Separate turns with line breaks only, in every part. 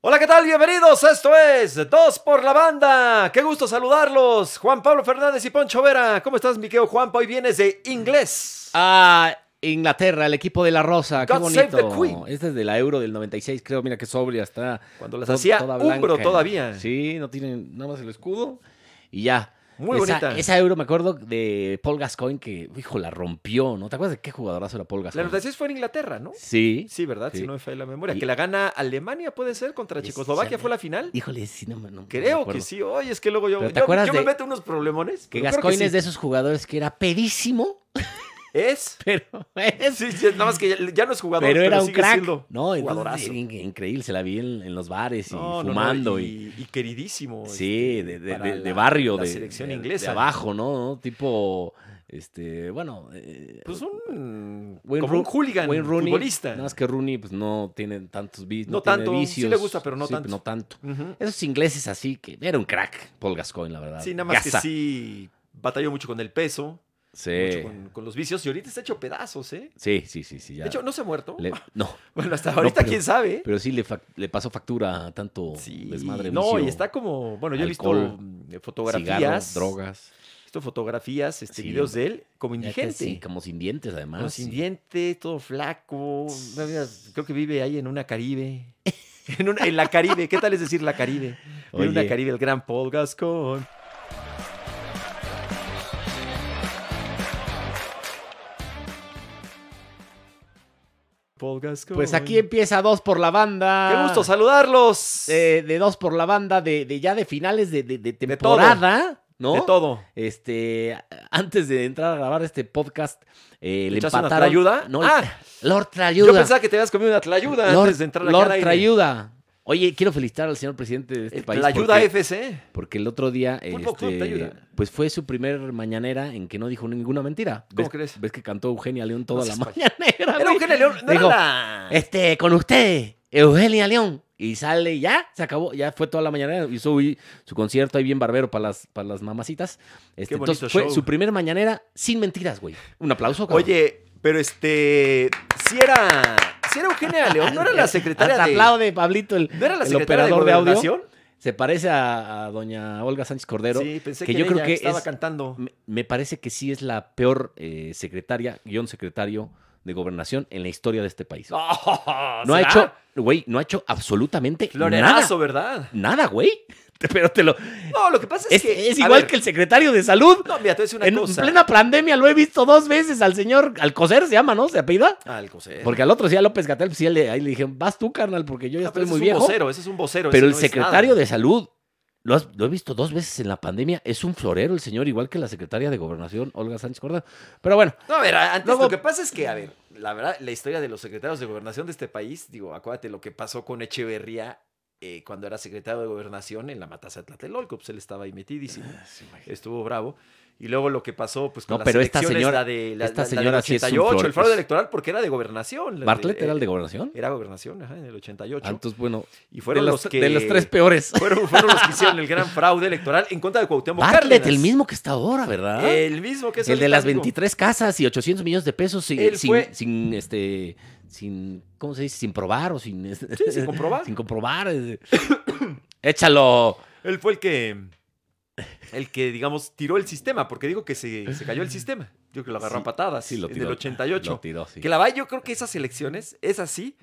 Hola, ¿qué tal? Bienvenidos. Esto es Dos por la Banda. Qué gusto saludarlos. Juan Pablo Fernández y Poncho Vera. ¿Cómo estás, mi querido Juan? Hoy vienes de inglés.
Ah, Inglaterra, el equipo de la Rosa. Qué
God save the
bonito.
Queen.
Este es de la Euro del 96, creo. Mira qué sobria está.
Cuando las
To-
hacía
toda
Umbro
blanca.
todavía.
Sí, no tienen nada más el escudo y ya.
Muy
esa,
bonita.
Esa Euro, me acuerdo de Paul Gascoigne que, hijo, la rompió, ¿no? ¿Te acuerdas de qué jugadorazo era Paul
La
Gascoigne?
96 fue en Inglaterra, ¿no?
Sí.
Sí, ¿verdad?
Sí.
Si no me falla la memoria.
Y-
Que la gana Alemania, puede ser, contra
Es-
Checoslovaquia.
sí,
¿Fue la final?
Híjole, sí, no, me- no- no me
Creo que
acuerdo.
sí. Oye, es que luego yo,
Pero ¿te
yo-
acuerdas
yo me
de-
meto unos problemones.
Que
pero creo
Gascoigne
sí.
es de esos jugadores que era pedísimo,
Es.
pero es
Sí, sí, nada más que ya, ya no es jugador,
pero
pero,
era un
sigue
crack.
siendo
No, entonces,
jugadorazo.
in- increíble, se la vi en, en los bares y
No, no, no,
fumando y,
y queridísimo.
Sí,
este,
de, de-
para
de- de
la-
barrio,
la
de
selección
de-
inglesa.
de abajo, ¿no? ¿no? Tipo, este, bueno, eh,
Pues un,
Wayne
como un
Ro-
hooligan
Wayne Rooney,
futbolista.
Nada más que Rooney pues no tiene tantos vi-
No
tiene
tanto, sí
vicios.
le gusta, pero no
Sí,
tanto.
No tanto.
Ujú.
Esos ingleses así que era un crack, Paul Gascoigne, la verdad.
Sí, nada más
Gasa.
que sí batalló mucho con el peso,
Sí,
mucho con, con los vicios y ahorita está hecho pedazos, ¿eh?
sí, sí, sí, sí, ya.
De hecho, no se ha muerto.
Le- no,
Bueno, hasta
No,
ahorita
pero-
quién sabe. ¿eh?
pero sí le, fac- le pasó factura a tanto
sí,
desmadre
no,
vicio,
y está como, bueno, yo he
alcohol,
visto mm,
cigarro,
fotografías,
drogas.
he visto fotografías, este,
Sí.
videos de él como
Ya
indigente.
casi como sin dientes, además.
Con
sí.
sin diente, todo flaco. no veas, Creo que vive ahí en una Caribe. En, una- en la Caribe, ¿qué tal es decir la Caribe? Vive En una
Oye.
Caribe, el gran Paul Gascón. Paul Gascón.
Pues aquí empieza Dos por la Banda.
Qué gusto saludarlos.
eh, de dos por la banda, de, de ya de finales de, de- de
todo.
temporada, ¿no?
De todo.
Este, a- antes de entrar a grabar este podcast, eh, le
¿Echaste una
empataron.
tlayuda?
No,
Ah.
Lord Trayuda.
Yo pensaba que te habías comido una tlayuda
Lord,
antes de entrar a
Lord
al aire.
Tlayuda. Oye, quiero felicitar al señor presidente de este
El
país.
Tlayuda
porque,
FC.
porque el otro día,
Pulpo Club
este,
Tlayuda.
pues fue su primer mañanera en que no dijo ninguna mentira.
¿Cómo
¿Ves,
crees?
Ves que cantó Eugenia León toda
No
la
seas payaso.
mañanera.
Era
Ah, güey.
Eugenia León. No era
Dijo,
la-
Este, con ustedes, Eugenia León. Y sale y ya, se acabó, ya fue toda la mañana, hizo hoy su concierto ahí bien barbero para las, para las mamacitas. Este,
bonito
entonces fue
show.
su primer mañanera sin mentiras, güey. Un aplauso, cabrón.
Oye, pero este. Si era. Si era Eugenia León, no era la secretaria
Hasta
de. No
aplaude, Pablito, el,
era la
el
secretaria
operador de,
de
audio.
gobernación.
Se parece a, a doña Olga Sánchez Cordero.
sí, pensé que,
que yo creo
ella
que
estaba
es-
cantando.
Me, me parece que sí es la peor eh, secretaria, guión secretario de gobernación en la historia de este país. no ha hecho, güey, no ha hecho absolutamente nada.
Florerazo, ¿verdad?
Nada, güey. Pero te lo.
No, lo que pasa es,
Es,
que.
es
a
igual
ver,
que el secretario de salud.
No, mira, te voy a decir una
En
cosa.
plena pandemia lo he visto dos veces al señor Alcocer, se llama, ¿no? Se apellida.
Ah, el vocero.
Porque al otro sí, a López Gatel, pues sí, le- ahí le dijeron, vas tú, carnal, porque yo ya
Ah, pero
estoy
ese
muy
es un
viejo.
vocero, ese es un vocero.
Pero el
ese no es
secretario
nada.
de salud, lo, has- lo he visto dos veces en la pandemia, es un florero el señor, igual que la secretaria de gobernación, Olga Sánchez Cordero. Pero bueno,
No, a ver, antes
Luego-
lo que pasa es que, a ver, la verdad, la historia de los secretarios de gobernación de este país, digo, acuérdate lo que pasó con Echeverría eh, cuando era secretario de gobernación en la Matanza de Tlatelolco, pues él estaba ahí metidísimo, estuvo bravo. Y luego lo que pasó, pues con
No,
las
pero esta
elecciones,
señora-
la de la,
esta
la- la del
señora sí es un
88,
flor-
el fraude
es-
electoral, porque era de gobernación. la de-
Bartlett era el de gobernación.
Era gobernación, ajá, en el 88.
Ah, Entonces, bueno,
y
de
eh, fueron
los,
los, que...
de los tres peores.
Fueron, fueron los que hicieron el gran fraude electoral en contra de Cuauhtémoc
Bartlett,
Cárdenas.
el mismo que está ahora, ¿verdad?
El mismo que es
el de las
británico.
23 casas y 800 millones de pesos sin,
Él
sin,
fue-
sin, este sin ¿cómo se dice? sin probar o sin este,
Sí, sin comprobar.
sin comprobar. eh. Échalo.
Él fue el que, el que, digamos, tiró el sistema, porque digo que se, se cayó el sistema. Yo creo que lo agarró
Sí,
a patadas en el 88.
Lo tiró, sí.
Que la va, yo creo que esas elecciones, esas sí,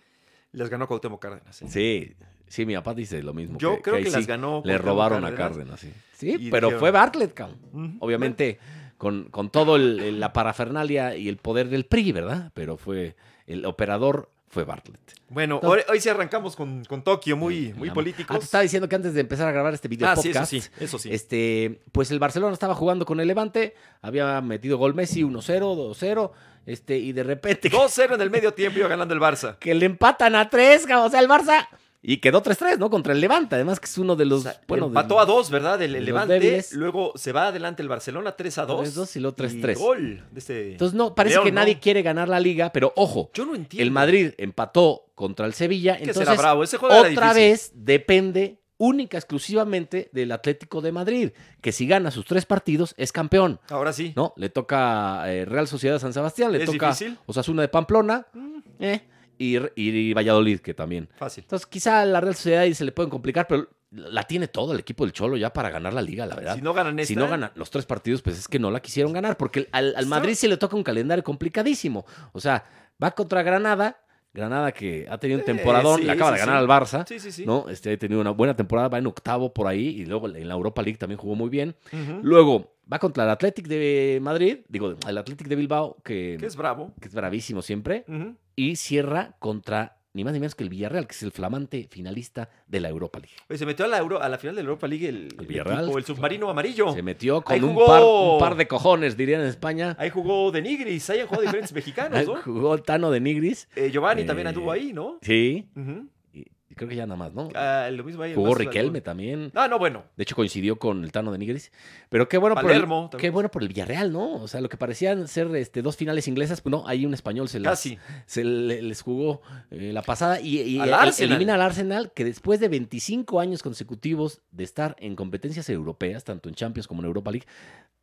las ganó Cuauhtémoc Cárdenas. ¿eh?
sí. Sí, mi papá dice lo mismo.
yo creo
ahí
que, las
sí
ganó.
Le
Cuauhtémoc
robaron a Cárdenas, sí. Sí,
Y
pero
dijeron-
fue Bartlett, cabrón.
Ujú.
Obviamente, con, con todo el- el- la parafernalia y el poder del PRI, ¿verdad? Pero fue, el operador fue Bartlett.
Bueno, hoy,
Entonces-
hoy sí arrancamos con, con Tokio, muy, muy
Ah,
políticos.
te estaba diciendo que antes de empezar a grabar este video
Ah, sí,
podcast,
eso sí, eso sí.
Este, pues el Barcelona estaba jugando con el Levante, había metido gol Messi 1-0, 2-0, este, y de repente que,
2-0 en el medio tiempo iba ganando el Barça.
que le empatan a 3, o sea, el Barça y quedó 3-3, ¿no? Contra el Levante, además que es uno de
O
los
sea,
bueno,
empató a dos, ¿verdad? El,
de los
Levante.
débiles.
Luego se va adelante el Barcelona 3 a 2.
3-2 y luego 3-3.
Gol de este.
Entonces no, parece
León,
que
¿no?
nadie quiere ganar la liga, pero ojo,
yo no entiendo.
el Madrid empató contra el Sevilla,
que
entonces
será bravo. Ese juego era
otra
difícil.
vez depende única exclusivamente del Atlético de Madrid, que si gana sus tres partidos es campeón.
Ahora sí.
No, le toca eh, Real Sociedad de San Sebastián, le
¿Es
toca
difícil?
Osasuna de Pamplona,
Mm.
eh, y, y Valladolid, que también.
Fácil.
Entonces, quizá a la Real Sociedad ahí se le pueden complicar, pero la tiene todo el equipo del Cholo ya para ganar la liga, la verdad.
Si no ganan esta,
Si no ganan los tres partidos, pues es que no la quisieron ganar, porque al, al
Está-
Madrid se le toca un calendario complicadísimo. O sea, va contra Granada, Granada que ha tenido un
Eh,
temporadón,
sí,
le acaba
sí,
de ganar
sí.
al Barça,
Sí, sí, sí.
¿no? Este, ha tenido una buena temporada, va en octavo por ahí, y luego en la Europa League también jugó muy bien.
Ujú.
Luego va contra el Athletic de Madrid, digo, el Athletic de Bilbao, que,
Que es bravo.
que es bravísimo siempre,
Ujú.
y cierra contra ni más ni menos que el Villarreal, que es el flamante finalista de la Europa League.
Oye, se metió a la, Euro- a la final de la Europa League el, el
Villarreal.
equipo, el submarino amarillo.
Se metió
Oh. Ahí
con un
jugó-
par, un par de cojones, dirían en España.
Ahí jugó De Nigris, ahí han jugado diferentes mexicanos, ¿no?
Jugó Tano de Nigris.
Eh, Giovanni también
Eh,
anduvo ahí, ¿no?
Sí.
Ujú.
Y y creo que ya nada más, ¿no?
Ah, lo mismo ahí. el
Jugó
Vasco
Riquelme
Alarcón.
también.
Ah, no, bueno.
De hecho, coincidió con el Tano de Nigris. Pero qué bueno,
Palermo
por el,
también.
qué bueno por el Villarreal, ¿no? O sea, lo que parecían ser este, dos finales inglesas, pues no, ahí un español se, las,
Casi.
se le- les jugó eh, la pasada y, y
Al
el-
Arsenal.
elimina al Arsenal, que después de 25 años consecutivos de estar en competencias europeas, tanto en Champions como en Europa League,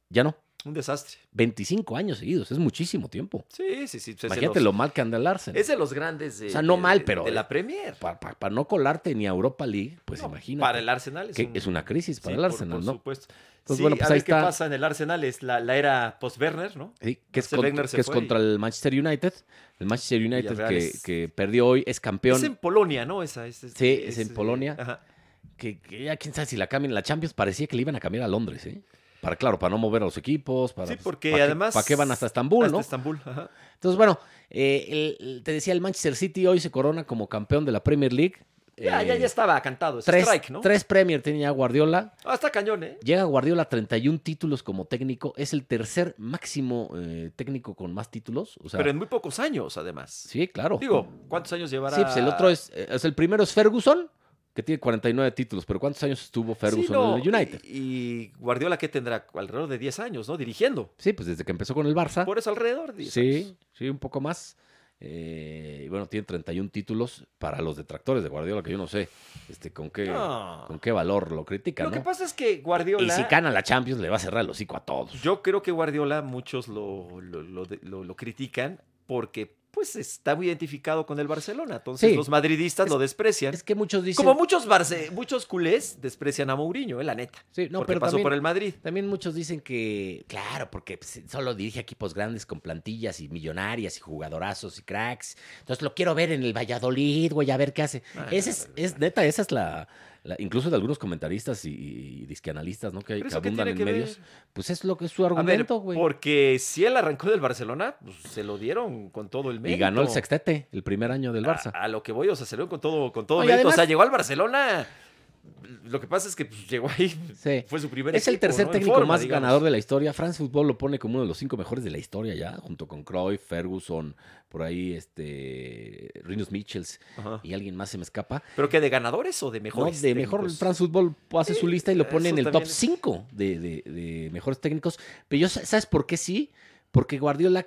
ya no.
Un desastre.
25 años seguidos, es muchísimo tiempo.
Sí, sí, sí. pues es de
Imagínate
los-
lo mal que anda el Arsenal.
Es de los grandes de,
O sea, no
de-
mal,
de-
pero-
de
eh,
la Premier.
Para no colarte ni a Europa League, pues
No,
imagínate.
Para el Arsenal es,
que
un-
es una crisis
sí,
para el
por-
Arsenal,
por
¿no?
supuesto.
Entonces,
sí,
bueno, pues
a
ahí
ver qué
está.
pasa en el Arsenal. Es la, la era post-Werner, ¿no?
Sí, que es,
Arsene
contra,
Wenger se
que es
fue
contra el Manchester United. El Manchester United
Villarreal
que,
es-
que perdió hoy es campeón.
Es en Polonia, ¿no? Esa, es, es-
Sí, es en
eh,
Polonia.
ajá.
Que, que ya quién sabe si la cambian. La Champions parecía que le iban a cambiar a Londres, ¿eh? Para, claro, para no mover a los equipos. Para,
Sí,
pues,
porque
¿para qué-
además-
¿Para qué van hasta Estambul,
Hasta
no?
Estambul. ajá.
Entonces, bueno, eh, el- el- te decía, el Manchester City hoy se corona como campeón de la Premier League.
Ya, ya,
Eh,
ya estaba cantado. Es
Tres,
strike, ¿no?
tres Premier tenía Guardiola.
Ah, está cañón, ¿eh?
Llega Guardiola a 31 títulos como técnico. Es el tercer máximo eh, técnico con más títulos. O sea,
Pero en muy pocos años, además.
sí, claro.
Digo, ¿cuántos años llevará?
sí, pues el otro es, eh, o sea, el primero es Ferguson, que tiene 49 títulos. Pero ¿cuántos años estuvo Ferguson
Sí, no,
en el United?
Y, y Guardiola, ¿qué tendrá? Alrededor de 10 años, ¿no? Dirigiendo.
Sí, pues desde que empezó con el Barça.
Por eso alrededor de 10 años.
Sí, sí, un poco más. Eh, y bueno, tiene 31 títulos para los detractores de Guardiola, que yo no sé este, con qué,
No.
con qué valor lo critican.
Lo que
¿no?
pasa es que
Y
Guardiola.
si gana pues. la Champions, le va a cerrar el hocico a todos.
Yo creo que Guardiola muchos lo, lo, lo de- lo- lo critican porque pues está muy identificado con el Barcelona. Entonces
Sí.
los madridistas lo desprecian.
Es que muchos dicen.
Como muchos, barce- muchos culés desprecian a Mourinho, eh, la neta.
Sí, no,
porque
pero
pasó
también-
por el Madrid.
También muchos dicen que, claro, porque pues, solo dirige equipos grandes con plantillas y millonarias y jugadorazos y cracks. Entonces lo quiero ver en el Valladolid, güey, a ver qué hace.
Ah,
Ese
no,
es,
no, no,
es
no.
neta, esa es la, la- incluso de algunos comentaristas y, y disqueanalistas, ¿no? Que,
¿Pero
que
eso qué
abundan
tiene
en
que ver?
medios. Pues es lo que es su
A ver,
argumento, güey.
porque si él arrancó del Barcelona, pues, se lo dieron con todo el mérito. Ah,
Y ganó el sextete el primer año del Barça.
A, a lo que voy, o sea, se lo dieron con todo, con todo
Oye,
mérito. O sea,
además-
llegó al Barcelona. Lo que pasa es que pues, llegó ahí.
Sí.
Fue su primer
Es el
equipo,
tercer
¿no? En
técnico
forma,
más
digamos.
ganador de la historia. France Football lo pone como uno de los cinco mejores de la historia ya, junto con Cruyff, Ferguson, por ahí, este, Rinus Michels
Ajá.
y alguien más se me escapa.
¿Pero que de ganadores o de mejores?
No, de mejor
técnicos?
France Football hace su lista y lo
Sí, eh,
pone en
eso
el top
también es-
5 de, de- de mejores técnicos. Pero yo, sa- ¿sabes por qué sí? Porque Guardiola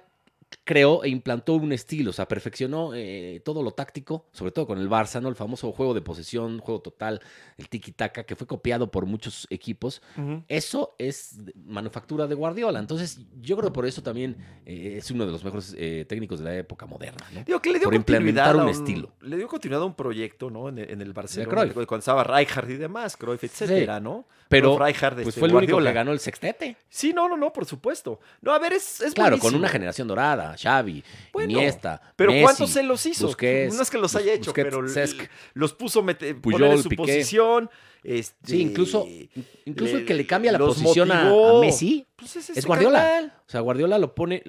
creó e implantó un estilo, o sea, perfeccionó eh, todo lo táctico, sobre todo con el Barça, ¿no? El famoso juego de posesión, juego total, el tiki-taka, que fue copiado por muchos equipos.
Ujú.
Eso es manufactura de Guardiola. Entonces, yo creo que por eso también eh, es uno de los mejores eh, técnicos de la época moderna, ¿no?
Digo, que le dio
Por
continuidad
implementar
a
un estilo.
Le dio continuidad a un proyecto, ¿no? En el, en el Barcelona.
Cruyff.
Cuando estaba Rijkaard y demás, Cruyff, etcétera, ¿no?
Pero,
Cruyff, Rijkaard,
pues
este,
fue el único
Guardiola.
que ganó el sextete.
Sí, no, no, no, por supuesto. No, a ver, es, es
Claro, con
buenísimo.
una generación dorada, Xavi,
Bueno,
Iniesta,
Pero
Messi,
¿cuántos se los hizo?
Busquets,
no es que los haya
Bus-
hecho,
Busquets,
pero l-
Cesc.
los puso mete,
Puyol,
poner en su
Piqué.
posición. este,
Sí, incluso, incluso el que le cambia la
los
posición a, a
motivó.
Messi.
pues es,
es
este
Guardiola.
carnal.
O sea, Guardiola lo pone,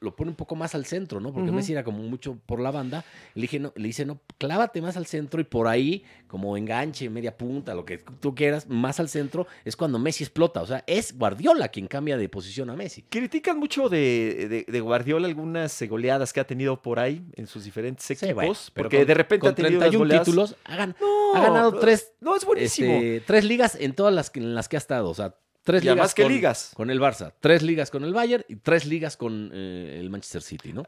lo pone un poco más al centro, ¿no? Porque
Ujú.
Messi era como mucho por la banda. Le, dije, no, le dice, no, clávate más al centro y por ahí, como enganche, media punta, lo que tú quieras, más al centro, es cuando Messi explota. O sea, es Guardiola quien cambia de posición a Messi.
Critican mucho de, de- de Guardiola algunas eh, goleadas que ha tenido por ahí en sus diferentes
Sí,
equipos.
bueno, pero
porque
con-
de repente
con
ha tenido unas
31
goleadas-
títulos, hagan,
No,
ha ganado
no,
tres,
No, es buenísimo.
este, tres ligas en todas las, que- en las que ha estado. O sea, tres
Y
ligas.
además, ¿qué
con-
ligas?
Con el Barça, tres ligas con el Bayern y tres ligas con eh, el Manchester City, ¿no?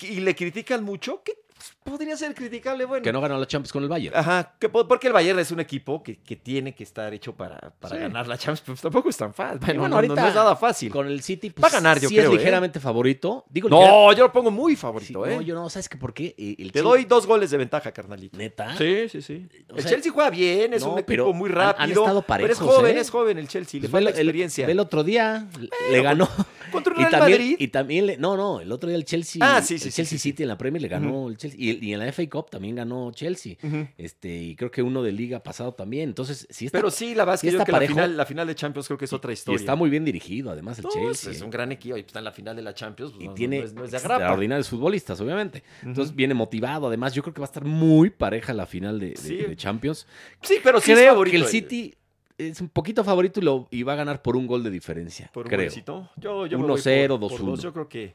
Y le critican mucho, que pues, podría ser criticable, bueno.
Que no ganó la Champions con el Bayern.
Ajá, que po- porque el Bayern es un equipo que, que tiene que estar hecho para, para
Sí.
ganar la Champions, pero tampoco es tan fácil. Bueno,
bueno,
no, no- no
ahorita
es nada fácil.
Con el City, pues,
Va a ganar, yo
sí
creo, ¿eh?
es ligeramente favorito. Digo, ligera-
No, yo lo pongo muy
Sí,
favorito,
no,
¿eh?
yo no, ¿sabes qué? por qué? Eh, el
Te
Chelsea-
doy dos goles de ventaja, carnalito.
Neta.
Sí, sí, sí.
O
el
sea,
Chelsea juega bien, es
no,
un equipo
pero
muy
han- han
rápido.
estado
pero es
parejos,
joven,
¿eh?
es joven el Chelsea, le
Pues ve
falta
lo- el-
experiencia.
ve el otro día, le ganó.
Contra un
Y
Real
también,
Madrid.
y también le- no, no, el otro día el Chelsea,
Ah, sí, sí,
el
sí, sí,
Chelsea
sí.
City en la Premier le ganó el Chelsea y, el- y en la FA Cup también ganó Chelsea.
Ujú.
Este, y creo que uno de liga pasado también. Entonces, sí está
Pero sí, la verdad es que
y
yo
está
creo que la
parejo.
final, la final de Champions creo que es otra
y
historia.
está muy bien dirigido además el
No, pues,
Chelsea.
Es
¿eh?
un gran equipo y está en la final de la Champions. pues
y
no- no-
tiene
no es, no es de agrapa.
extraordinarios futbolistas, obviamente. Entonces
Ujú.
viene motivado. Además, yo creo que va a estar muy pareja la final de, de-
Sí.
de Champions.
Sí, pero sí es
creo
favorito
que el
él.
City es un poquito favorito y, lo, y va a ganar por un gol de diferencia.
eh, Por un
creo.
golcito. Yo, yo me
1-0,
voy por- por
2-1.
dos. Yo creo que,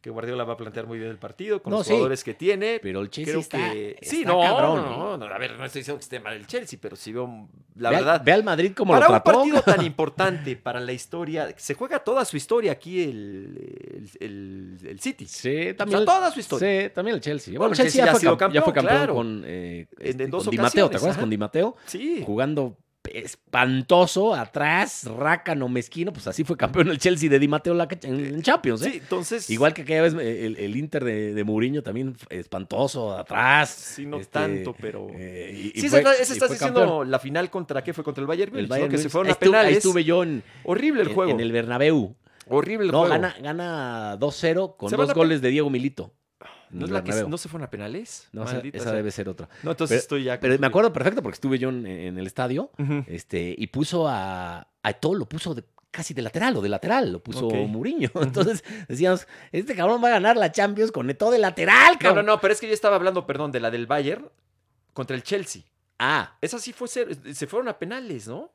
que Guardiola va a plantear muy bien el partido con
No,
los
sí.
jugadores que tiene.
Pero el Chelsea
creo
está,
que.
está
sí, no,
cabrón. ¿eh?
no, no, A ver, no estoy diciendo que esté mal el Chelsea, pero sí veo. La
ve, al-
verdad.
ve al Madrid como
para
lo
un
trató.
partido tan importante para la historia, se juega toda su historia aquí el, el, el- el City.
Sí,
O
también.
sea,
el-
toda su historia.
Sí, también el Chelsea.
Bueno,
Bueno,
el
el
Chelsea
Chelsea
ha
ya, fue,
sido
cam- ya fue
campeón,
campeón
claro.
con, eh, este,
en dos
con Di Mateo,
ocasiones,
¿te acuerdas?
ajá.
Con Di Mateo,
Sí.
jugando espantoso, atrás, rácano, mezquino, pues así fue campeón el Chelsea de Di Mateo la- en, en Champions, ¿eh?
Sí, entonces.
Igual que aquella vez eh, el, el Inter de, de Mourinho también f- espantoso, atrás.
Sí, no
este,
tanto, pero.
eh,
Oh.
y- y
sí,
fue-
esa,
y
esa estás
fue
diciendo
campeón.
la final contra qué fue contra el Bayern Munich,
El Bayern
que se
Munich.
fueron
Ahí
a
estuve-
penales.
Ahí estuve yo en,
Horrible el
en-
juego.
en el Bernabéu.
Horrible el
no,
juego.
gana, gana 2-0 con
Se van
dos
a pe-
goles de Diego Milito. en
¿No
el
es la que
Bernabéu.
no se fueron a penales?
No, esa,
Maldita
esa
sea.
debe ser otra.
No, entonces
Pero-
estoy ya.
Pero me
confundido.
acuerdo perfecto porque estuve yo en, en el estadio
Ujú.
este, y puso a, a Eto'o, lo puso de- casi de lateral o de lateral, lo puso
Ok.
Mourinho. Entonces decíamos, este cabrón va a ganar la Champions con Eto de lateral,
No,
cabrón.
no, no, pero es que yo estaba hablando, perdón, de la del Bayern contra el Chelsea.
Ah,
Esa sí fue cero. Se fueron a penales, ¿no?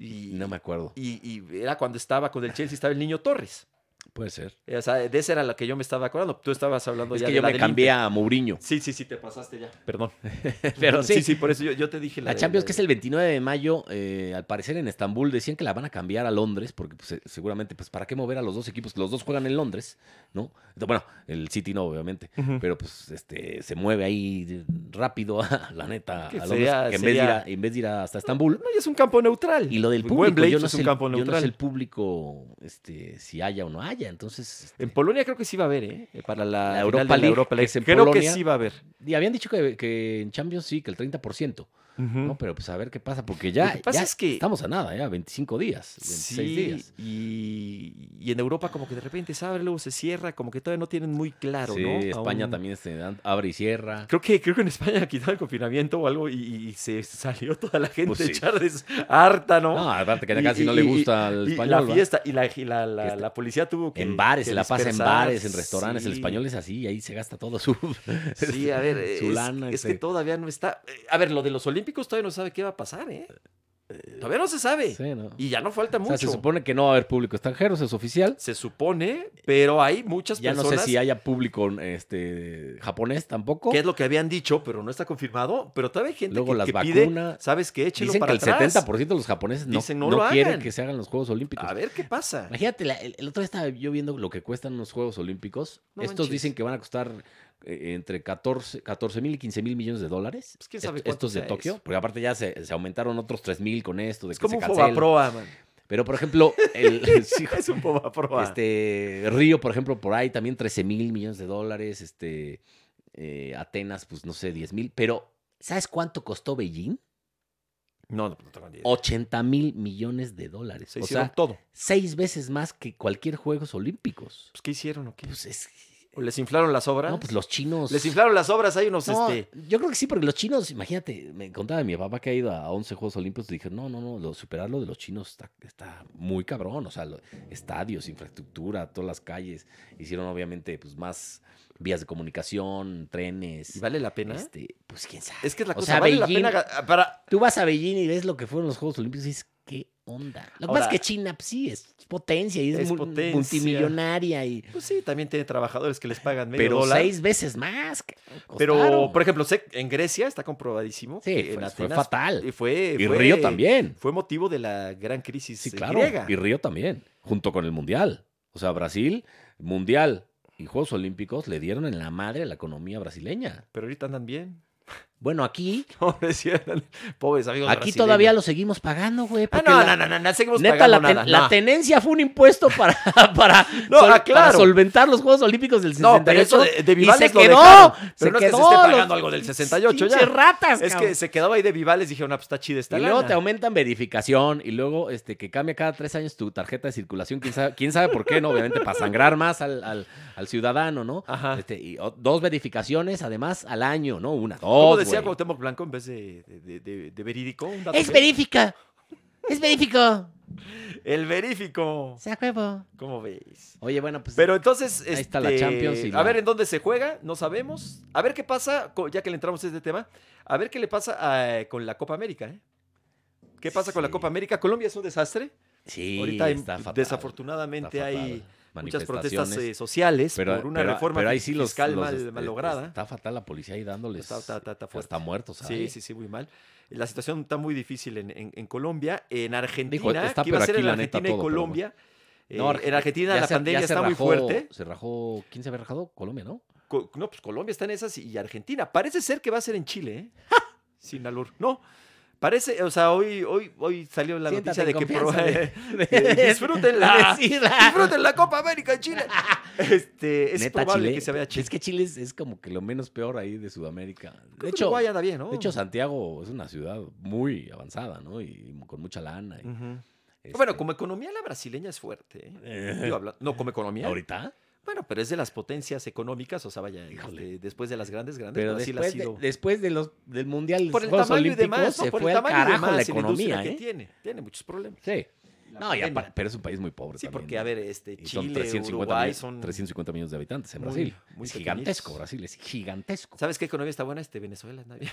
Y,
no me acuerdo.
y, y era cuando estaba con el Chelsea, estaba el niño Torres.
Puede ser.
O sea, de esa era la que yo me estaba acordando. Tú estabas hablando
Es
ya
Pues que
de
yo
la
me
del
cambié
Inter.
a Mourinho.
Sí, sí, sí, te pasaste ya. Perdón.
Pero sí,
Sí, sí, por eso yo, yo te dije la,
la
del-
Champions que es
del-
el 29 de mayo, eh, al parecer en Estambul, decían que la van a cambiar a Londres, porque pues, eh, seguramente, pues, ¿para qué mover a los dos equipos? Los dos juegan en Londres, ¿no? Bueno, el City no, obviamente.
Ujú.
pero pues este se mueve ahí de- rápido a la neta
Que
a Londres,
sería-
que en, vez de ir a-
sería-
en vez de ir a- hasta Estambul
No, y es un campo neutral.
y lo del público
Wembley
yo
pues,
no
es
sé
un
el-
campo
yo no sé
neutral.
el público este si haya o no haya entonces este,
En Polonia creo que sí va a haber, ¿eh? Para la,
La
final
Europa
de la
League,
Europa
que
League.
es en
creo que
Polonia.
sí va a haber.
y habían dicho que, que en Champions sí que el 30% no pero pues a ver qué pasa porque ya,
Lo que pasa
ya
es que-
estamos a nada ya 25 días 26 días
Y, y en Europa como que de repente se abre, luego se cierra, como que todavía no tienen muy claro,
Sí,
¿no?
España
Aún.
también se dan- abre y cierra
Creo que, creo que en España quitaron el confinamiento o algo y, y se salió toda la gente
Pues sí.
a echar des- harta, ¿no?
no aparte que
Y-
casi
y-
no le
y-
gusta al
y
español
la
¿va?
fiesta y la, y la, la-
Fiesta.
la policía tuvo que
en bares,
que
se la pasa en
dispersar,
bares, en restaurantes. El
sí.
español es así, y ahí se gasta todo su.
Sí, a ver, es,
su lana,
es que
este.
todavía no está. eh, A ver, lo de los Olímpicos todavía no sabe qué va a pasar, ¿eh? Todavía no se sabe.
Sí, ¿no?
Y ya no falta
O
mucho.
sea, se supone que no va a haber público extranjero, eso es oficial.
Se supone, pero hay muchas
Ya no
personas.
sé si haya público este, japonés tampoco.
Que es lo que habían dicho, pero no está confirmado. Pero todavía hay gente
Luego
que,
las
que pide,
vacunas.
¿sabes qué? Échelo
Dicen que
para
el
atrás.
70% de los japoneses no,
Dicen, no
no
lo
quieren
hagan.
que se hagan los Juegos Olímpicos.
A ver qué pasa.
Imagínate, la- el, el otro día estaba yo viendo lo que cuestan los Juegos Olímpicos.
No
Estos
manches.
dicen que van a costar eh, entre 14 mil y 15 mil millones de dólares.
Pues, quién sabe
Est- estos de
cuánto sea
Tokio,
eso.
porque aparte ya se, se aumentaron otros 3 mil con esto de
Es
que
como un
se cancela.
Fobaproa, man.
Pero por ejemplo, el, sí,
Es un Fobaproa.
este Río, por ejemplo, por ahí también 13 mil millones de dólares. Este eh, Atenas, pues no sé, 10 mil. Pero, ¿sabes cuánto costó Beijing?
No, no, no tengo ni idea.
80 mil millones de dólares.
Se
o
hicieron
sea,
todo.
seis veces más que cualquier Juegos Olímpicos.
Pues, ¿Qué hicieron o qué?
Pues es.
¿O les inflaron las obras?
No, pues los chinos.
Les inflaron las obras, hay unos
No,
este.
Yo creo que sí, porque los chinos, imagínate, me contaba mi papá que ha ido a 11 Juegos Olímpicos y dije, no, no, no, lo, superar lo de los chinos está, está muy cabrón. O sea, lo- estadios, infraestructura, todas las calles. Hicieron obviamente pues más vías de comunicación, trenes.
¿Y vale la pena?
este, pues quién sabe.
Es que es la
O
cosa,
sea,
vale
Beijing-
la pena ga- para
Tú vas a Beijing y ves lo que fueron los Juegos Olímpicos y dices, ¿qué onda? Lo que
Ahora-
pasa es que China, pues, sí, es potencia y es,
Es
mu-
potencia.
multimillonaria. Y,
Pues sí, también tiene trabajadores que les pagan medio
pero
dólar.
seis veces más. ca-
pero,
costaron.
por ejemplo, sé- en Grecia está comprobadísimo.
Sí,
que en
fue, fue
Atenas-
fatal.
y fue,
Y
fue-
Río también.
Fue motivo de la gran crisis
Sí,
eh,
claro.
griega.
Y Río también, junto con el Mundial. O sea, Brasil, Mundial, y Juegos Olímpicos le dieron en la madre a la economía brasileña.
Pero ahorita andan bien.
Bueno, aquí,
No, decían, pobres amigos
aquí
brasileños.
todavía lo seguimos pagando, güey.
Ah,
porque
no, no,
la-
no, no, no, seguimos
Neta, la,
pagando
ten-
nada.
la
no.
tenencia fue un impuesto para, para,
No,
sol-
ah, claro.
para solventar los Juegos Olímpicos del 68.
No, pero eso de, de
y se
Vivales lo
quedó.
dejaron,
se
Pero no es que
quedó.
se esté pagando
los
algo del 68 ya.
pinches ratas,
Es
cabrón.
que se quedaba ahí de Vivales, dijeron, ah, pues está chida esta
y luego
lana.
te aumentan verificación y luego este que cambia cada tres años tu tarjeta de circulación, quién sabe, quién sabe por qué, ¿no? Obviamente para sangrar más al, al- al ciudadano, ¿no?
Ajá.
Este, y o- dos verificaciones además al año, ¿no? Una, dos.
¿Cómo decía
Oh, güey.
Cuauhtémoc Blanco en vez de, de- de- de- de verídico? Un dato
Es
que-
verifica. Es verifico.
El verífico.
Sea huevo.
¿Cómo veis?
Oye, bueno, pues.
Pero entonces.
Ahí está la
este,
Champions y
A
la-
ver en dónde se juega, no sabemos. A ver qué pasa, co- ya que le entramos a este tema, a ver qué le pasa eh, con la Copa América, ¿eh? ¿Qué pasa con la
Sí.
Copa América? Colombia es un desastre.
sí,
Ahorita, em,
está fatal, está
desafortunadamente,
fatal.
hay muchas protestas
Manifestaciones.
eh, sociales por una
pero-
reforma
pero ahí sí los-
fiscal
los,
mal,
este,
mal lograda.
Está fatal la policía ahí dándoles.
Está- está- está- está
hasta
fuerte.
muertos.
Sí, sí, sí, muy mal. La situación está muy difícil en, en- en Colombia. En Argentina,
está
que iba a
peor
ser
aquí,
en
la neta,
Argentina y
todo, pero
Colombia. eh,
No, Ar-
en Argentina
Ya
la
se- ya
pandemia
se
está muy
rajó-
fuerte.
Se rajó. ¿Quién se había rajado? Colombia, ¿no?
Co- no, pues Colombia está en esas y Argentina. Parece ser que va a ser en Chile, ¿eh? Sin albur. No. Parece, o sea, hoy, hoy, hoy salió la
Siéntate
noticia de
en
que
confianza,
proba-
de-
eh,
de-
disfrútenla.
de decirla.
disfruten la Copa América en Chile. Este, es
Neta,
probable
Chile,
que se vea Chile.
Es que Chile es, es como que lo menos peor ahí de Sudamérica. De
Creo que
hecho,
Uruguay anda bien, ¿no?
de hecho, Santiago es una ciudad muy avanzada, ¿no? Y con mucha lana. y,
Ujú.
este,
Mm. Bueno, como economía la brasileña es fuerte. ¿eh? Digo, habla- no, como economía.
¿Ahorita?
Bueno, pero es de las potencias económicas, o sea, vaya, este, después de las grandes, grandes,
Pero
Brasil
después,
ha sido...
de- después de los, del Mundial
por el
Juegos
tamaño
Olímpicos,
y demás, ¿no?
se
por
fue
el
al
tamaño y
carajo
demás,
la
y industria
economía,
que
¿eh?
tiene, tiene muchos problemas.
Sí.
La
No, y
pandemia.
aparte- pero es un país muy pobre
Sí,
Pues también,
porque,
¿no?
a ver, este,
Y son
Chile,
350
Uruguay
millones-
son...
350 millones de habitantes en
muy-
Brasil.
muy
es gigantesco,
pequeñitos.
Brasil es gigantesco.
¿Sabes qué economía está buena? Este, Venezuela. nadie-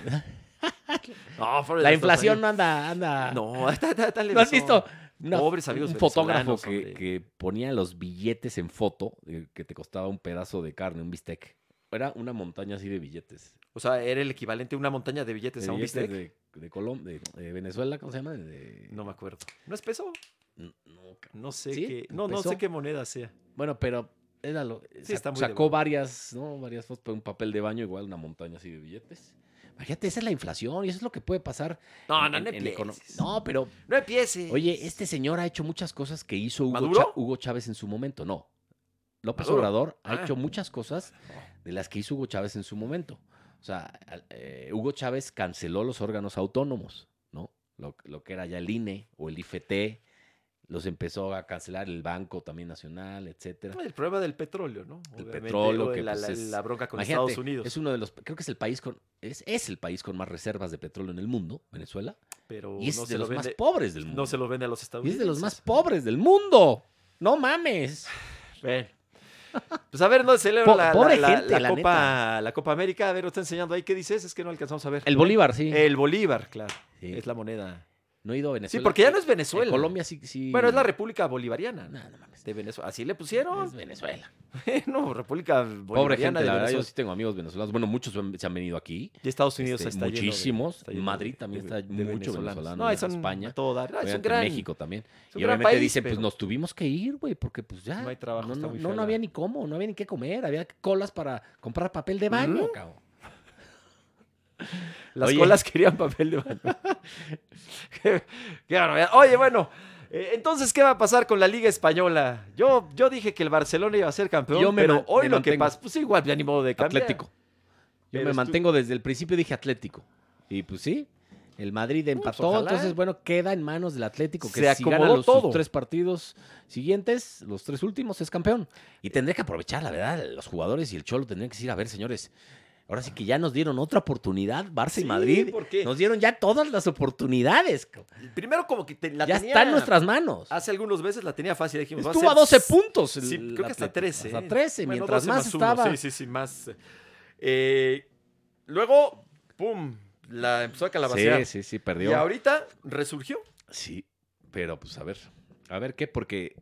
no, fuera de
La
los
inflación no
Estados
anda, anda.
Unidos. No, está, está, está
¿No
levesón.
has visto? Una-
Pobres amigos
Un fotógrafo
venezolanos,
que,
hombre.
que ponía los billetes en foto eh, que te costaba un pedazo de carne, un bistec. Era una montaña así de billetes.
O sea, era el equivalente a una montaña de billetes
De
a un
billetes
bistec.
de, de Colom- de, eh, Venezuela, ¿cómo se llama? De-
No me acuerdo. ¿No es peso?
N- no, ca-
No sé
¿Sí?
qué... No, no
¿Peso?
sé qué moneda sea.
Bueno, pero era lo-
Sí,
sac-
está muy de
sacó
hueva.
varias, ¿no? Varias fotos, pero un papel de baño, igual una montaña así de billetes. Imagínate, esa es la inflación y eso es lo que puede pasar.
No,
en-
no, no
en- en econo-
empieces.
No, pero
No empieces.
Oye, este señor ha hecho muchas cosas que hizo Hugo,
¿Maduro?
Cha- Hugo Chávez en su momento. No. López
¿Maduro?
Obrador ha
Ah.
hecho muchas cosas de las que hizo Hugo Chávez en su momento. O sea, al- eh, Hugo Chávez canceló los órganos autónomos, ¿no? Lo, lo que era ya el INE o el IFT, los empezó a cancelar el Banco también Nacional, etcétera.
El problema del petróleo, ¿no?
El
Obviamente,
petróleo,
o
que,
la,
pues,
la-
es-
la bronca con
Imagínate,
Estados Unidos.
Es uno de los, creo que es el país con, es, es el país con más reservas de petróleo en el mundo, Venezuela,
pero
y es
Uh, no se
de
lo
los más
vende-
pobres del mundo.
No se lo vende a los
Y es
estadounidenses.
de los más pobres del mundo. No mames.
Bueno. Pues a ver, no celebra
Po-
la, la-
pobre
la-
gente,
la
la
Copa, la Copa América. A ver, nos está enseñando ahí. ¿Qué dices? Es que no alcanzamos a ver.
El Bolívar, sí.
El Bolívar, claro.
Sí.
Es la moneda.
No he ido
eh,
a
Sí,
Venezuela.
porque ya no es
En
Venezuela.
Colombia sí, sí.
Bueno, es la República Bolivariana.
No, no mames.
De Venezuela. Así le
Es
pusieron.
Venezuela.
no, República
Pobre
Bolivariana
gente,
de
la verdad, yo
Venezuela.
sí tengo amigos venezolanos. Bueno, muchos se han- se han venido aquí.
Y Estados Unidos
Este,
está lleno de-
muchísimos.
está lleno de-
Madrid también
de-
está
de
mucho
venezolanos.
venezolano.
No, ahí son
España.
a todo dar. Ah, es un
obviamente
gran...
México también.
es un
Y
gran
obviamente
país,
dicen, pues
pero-
nos tuvimos que ir, güey, porque pues ya.
No hay trabajo,
No,
está
no,
muy
no,
fea
no
la-
había ni cómo, no había ni qué comer. Había colas para comprar papel de baño,
Ujú.
cabrón.
Las
Oye.
colas querían papel de baño. Qué- qué barbaridad. Oye, bueno, eh, entonces, ¿qué va a pasar con la Liga Española? Yo, yo dije que el Barcelona iba a ser campeón,
Yo me
pero
man-
hoy
me
lo que
mantengo.
pasa, pues igual, ya ni modo de cambiar.
Atlético. Yo
Pero
me
estu-
mantengo desde el principio, dije Atlético. Y pues sí, el Madrid
pues,
empató,
ojalá.
entonces bueno, queda en manos del Atlético, que
Se
si gana
acomodó
los sus
todo.
tres partidos siguientes, los tres últimos, es campeón. Y tendría que aprovechar, la verdad, los jugadores y el Cholo tendrían que decir, a ver, señores, ahora sí que ya nos dieron otra oportunidad, Barça
Sí,
y Madrid,
porque
nos dieron ya todas las oportunidades, co-
primero como que te- la
ya
tenía...
está en nuestras manos.
Hace algunos veces la tenía fácil. Dijimos, pues, va
Estuvo a
ser-
12 puntos. el-
Sí,
el
creo que hasta
Atlético,
13.
Hasta
¿eh?
13,
Bueno,
mientras
12
más,
uno,
estaba.
Sí, sí, sí, más. Eh, luego, pum, la empezó a calabacear.
sí, sí, sí,
y
perdió.
ahorita resurgió.
Sí, pero pues a ver, a ver qué, porque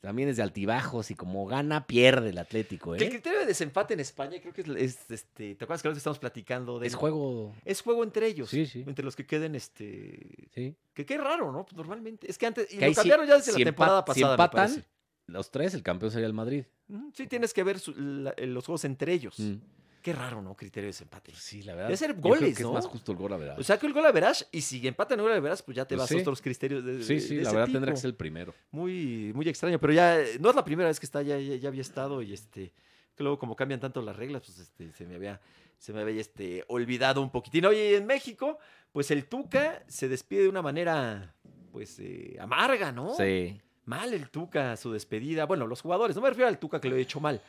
también es de altibajos y como gana, pierde el Atlético, ¿eh?
Que el criterio de desempate en España creo que es, es, este, ¿te acuerdas que ahora estamos platicando de
Es juego,
Es juego entre ellos,
Sí, sí.
entre los que queden este
sí.
que qué raro, ¿no? Pues, Normalmente es que antes y
Que ahí
lo
sí-
cambiaron ya desde
si
la temporada
empa-
pasada,
Si
me
empatan
parece.
los tres, el campeón sería el Madrid.
Ujú, Sí, tienes que ver su- la- eh, los juegos entre ellos.
Mm.
Qué raro, ¿no? Criterio de desempate.
Pues sí, la verdad.
Debe ser
yo creo que
goles, ¿no?
Es más justo el gol, la verdad.
O sea, que el gol a verás y si empatan el gol a verás, pues ya te
Pues
vas
sí.
a otros criterios de
sí,
de-
sí,
de
la
ese
verdad tendrá
tipo.
que ser el primero.
Muy, muy extraño, pero ya eh, no es la primera vez que está, ya, ya, ya había estado y este, que luego como cambian tanto las reglas, pues este, se me había, se me había este, olvidado un poquitín. Oye, y en México, pues el Tuca se despide de una manera, pues, eh, amarga, ¿no?
Sí.
Mal el Tuca, su despedida. Bueno, los jugadores, no me refiero al Tuca que lo he hecho mal,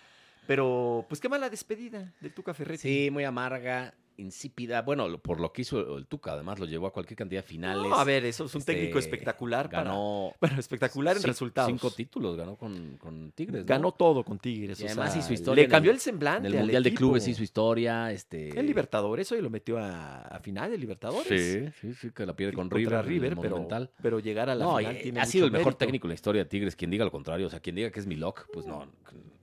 pero pues qué mala despedida del Tuca Ferretti.
Sí, muy amarga, insípida. Bueno, lo- por lo que hizo el Tuca, además lo llevó a cualquier cantidad de finales.
No, a ver, eso es un técnico
este,
espectacular para-
ganó.
Bueno, espectacular en
cin-
resultados.
Cinco títulos ganó con, con Tigres. ¿no?
Ganó todo con Tigres.
Y
o
además
sea,
hizo historia
Le
en
cambió
el-
el, semblante.
En el
al
Mundial de
equipo.
Clubes hizo historia. Este,
En Libertadores hoy lo metió a, a final de Libertadores.
Sí, sí, sí, que la pierde
Sí,
con
contra
River. River
River, pero, pero llegar a la
No,
final
y-
tiene
ha sido el
mucho
mejor
mérito.
técnico en la historia de Tigres. Quien diga lo contrario, o sea, quien diga que es Milok, pues no. no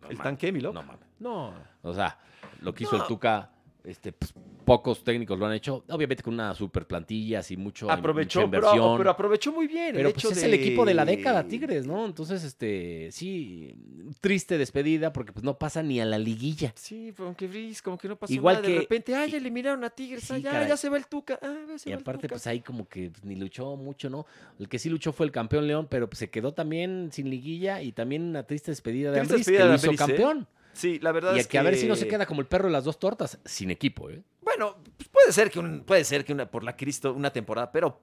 ¿El
mames,
tanque Milok?
No mames.
No,
O sea, lo que hizo
No.
el Tuca, este, pues, pocos técnicos lo han hecho. Obviamente con una super plantilla, así mucho
aprovechó,
mucha
pero,
inversión.
pero aprovechó muy bien.
Pero,
el
pues
hecho
es
de-
el equipo de la década, Tigres, ¿no? Entonces, este, sí, triste despedida porque pues no pasa ni a la liguilla.
Sí, pero aunque Briz, como que no pasó
Igual
nada.
que-
De repente, ay, ya eliminaron a Tigres.
Sí,
ah, ya,
caray.
ya se va el Tuca. Ah, ya se
Y
va el
aparte,
Tuca.
pues ahí como que pues, ni luchó mucho, ¿no? El que sí luchó fue el campeón León, pero pues, se quedó también sin liguilla y también una triste despedida de
Triste
Ambriz, que
despedida
lo
de Ambriz,
hizo
¿eh?
campeón.
Sí, la verdad
Y a
es
que a ver si no se queda como el perro de las dos tortas, sin equipo, ¿eh?
Bueno, pues puede ser que un, puede ser que una por la Cristo una temporada, pero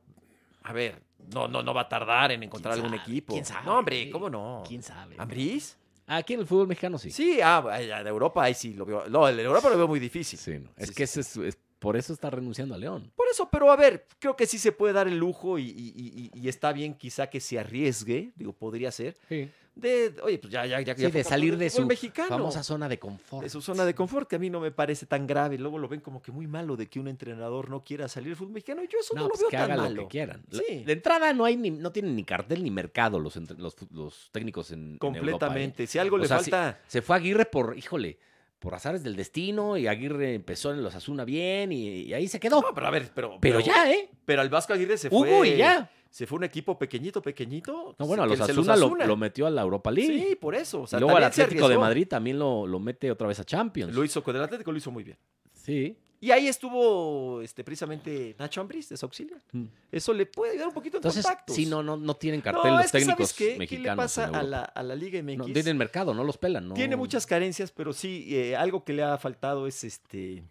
a ver, no no no va a tardar en encontrar
¿Quién
algún
sabe?
equipo.
¿Quién sabe?
No, hombre, ¿cómo no?
¿Quién sabe?
¿Ambriz?
Aquí en el fútbol mexicano sí.
Sí, ah, vaya, de Europa ahí sí lo veo. No, el de Europa lo veo muy difícil.
Sí, no. Es
Sí,
que ese es- es- por eso está renunciando a León.
Por eso, pero a ver, creo que sí se puede dar el lujo y, y- y- y- y está bien quizá que se arriesgue, digo, podría ser,
Sí.
de, oye, pues ya, ya, ya. ya fue
de salir
campeón del
de
fútbol
su
mexicano.
famosa zona de confort.
de su zona de confort, que a mí no me parece tan grave. Luego lo ven como que muy malo de que un entrenador no quiera salir del fútbol mexicano. Yo eso no,
No,
lo
pues
veo
que
tan
hagan
malo.
lo que quieran. La-
Sí.
De entrada no hay ni, no tienen ni cartel ni mercado los, entre- los, fu- los técnicos en en Europa, ¿eh?
Completamente. Si algo
O
le
sea, sí-
falta.
Se fue Aguirre por, híjole, por azares del destino y Aguirre empezó en los Asuna bien y, y ahí se quedó.
No, pero a ver, pero.
pero, ya, ¿eh?
Pero al Vasco Aguirre se
Hubo
fue.
y ya.
Se fue un equipo pequeñito, pequeñito.
No, bueno,
se-
a los
que se
Asuna lo,
Asuna.
lo metió a la Europa League.
Sí, por eso. O sea,
y luego al
también se
Atlético de
arriesgó.
Madrid también lo, lo mete otra vez a Champions.
Lo hizo con el Atlético, lo hizo muy bien.
Sí.
Y ahí estuvo este, precisamente Nacho Ambriz de su auxilio.
Mm.
Eso le puede ayudar un poquito en
Entonces,
contactos.
sí, no, no, no tienen
No,
cartel los
es que, ¿sabes
técnicos
qué?
mexicanos.
¿Qué le pasa
en
a
Europa.
la, a la Liga MX?
No, tienen mercado, no los pelan, ¿no?
Tiene muchas carencias, pero sí, eh, algo que le ha faltado es este.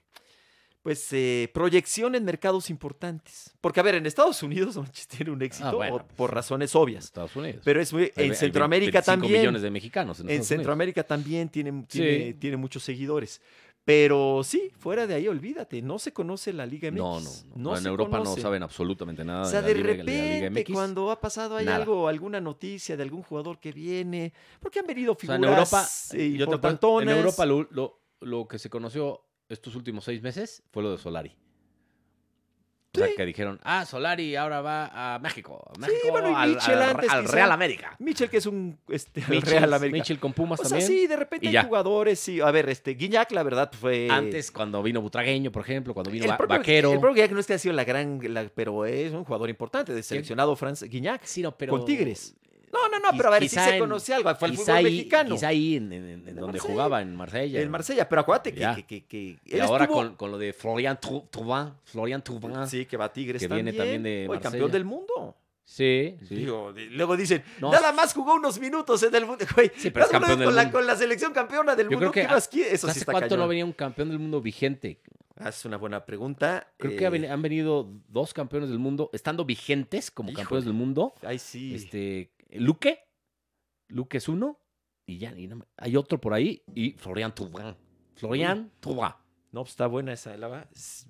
Pues eh, proyección en mercados importantes. Porque, a ver, en Estados Unidos no manches, tiene un éxito
Ah, bueno,
o-
pues,
por razones
en
obvias.
Estados Unidos.
Pero es muy.
Hay ve-
en
hay
Centroamérica
25
también.
millones de mexicanos. En,
en
Estados Unidos.
Centroamérica también tiene,
Sí.
tiene, tiene muchos seguidores. Pero sí, fuera de ahí, olvídate, no se conoce la Liga MX.
No, no. no. en
se
Europa
conoce.
no saben absolutamente nada.
O sea,
Ah, la
de
Liga- la
repente,
Liga MX.
cuando ha pasado hay
nada.
algo, alguna noticia de algún jugador que viene, porque han venido
O sea,
figuras
en Europa,
eh,
yo te apuesto- en
importantonas.
Europa lo, lo- lo que se conoció estos últimos seis meses fue lo de Solari. O sea,
Sí.
que dijeron, ah, Solari ahora va a México. a México
bueno, y
al, al-
Mitchell antes
al
quizá.
Real América.
Mitchell, que es un este, el
Mitchell-
Real América.
Mitchell con Pumas
o sea,
también.
sí, de repente
Y
hay
ya.
jugadores, sí. A ver, este, Guiñac, la verdad, fue...
Antes, cuando vino Butragueño, por ejemplo, cuando vino
el
Va-
propio-
Vaquero.
El propio Guiñac no es que ha sido la gran... la- pero es un jugador importante, de seleccionado France Guiñac.
Sí, no, pero-
Con Tigres. No, no, no, pero a ver, sí
Quizá
se
en-
conoce algo. Fue el
quizá
fútbol
ahí-
mexicano.
Quizá ahí en, en- en- en donde
Marsella.
jugaba, en Marsella.
en Marsella, pero acuérdate que,
Ya.
que, que, que
Y
él
ahora
estuvo-
con, con lo de Florian Tru- Thauvin. Florian Thauvin.
Sí, que va a Tigres
que viene también de
Hoy
Marsella.
campeón del mundo.
Sí, sí.
Digo, de- luego dicen,
No,
nada más jugó unos minutos en el mundo. Güey,
Sí, pero es
nada más
campeón
con,
del
la,
mundo.
con la selección campeona del
Yo
mundo.
creo que
¿qué más quiere? Eso sí
¿Hace
está
cuánto
cañón. Ah,
no venía un campeón del mundo vigente?
Es una buena pregunta.
Creo
Eh,
que ha veni- han venido dos campeones del mundo, estando vigentes como campeones del mundo.
Ay, sí.
Este, Luque. Luque es uno. Y ya, y no me- hay otro por ahí. Y Florian Thauvin. Florian Thauvin.
No, pues está buena esa. la va- s-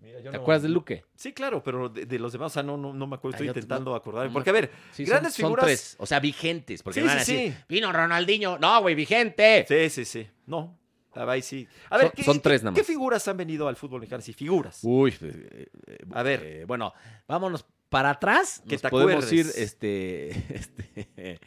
Mira, yo
¿Te
no-
acuerdas de Luque?
Sí, claro, pero de, de los demás, o sea, no, no, no me acuerdo.
Ah,
Estoy
yo t-
intentando
no-
acordarme.
no
Porque, a ver,
Sí,
Grandes
son, son
figuras-
tres. O sea, vigentes. Porque
Sí,
van a
sí,
decir,
sí.
vino Ronaldinho. No, güey, vigente.
sí, sí, sí. No, la va ahí sí. A ver,
Eh. Son- son tres nada
¿qué
más.
figuras han venido al fútbol mexicano? Sí, figuras.
Uy, pues, eh, eh,
A ver.
eh, bueno, vámonos para atrás.
Que
Nos
te
podemos
acuerdes.
ir, este, este,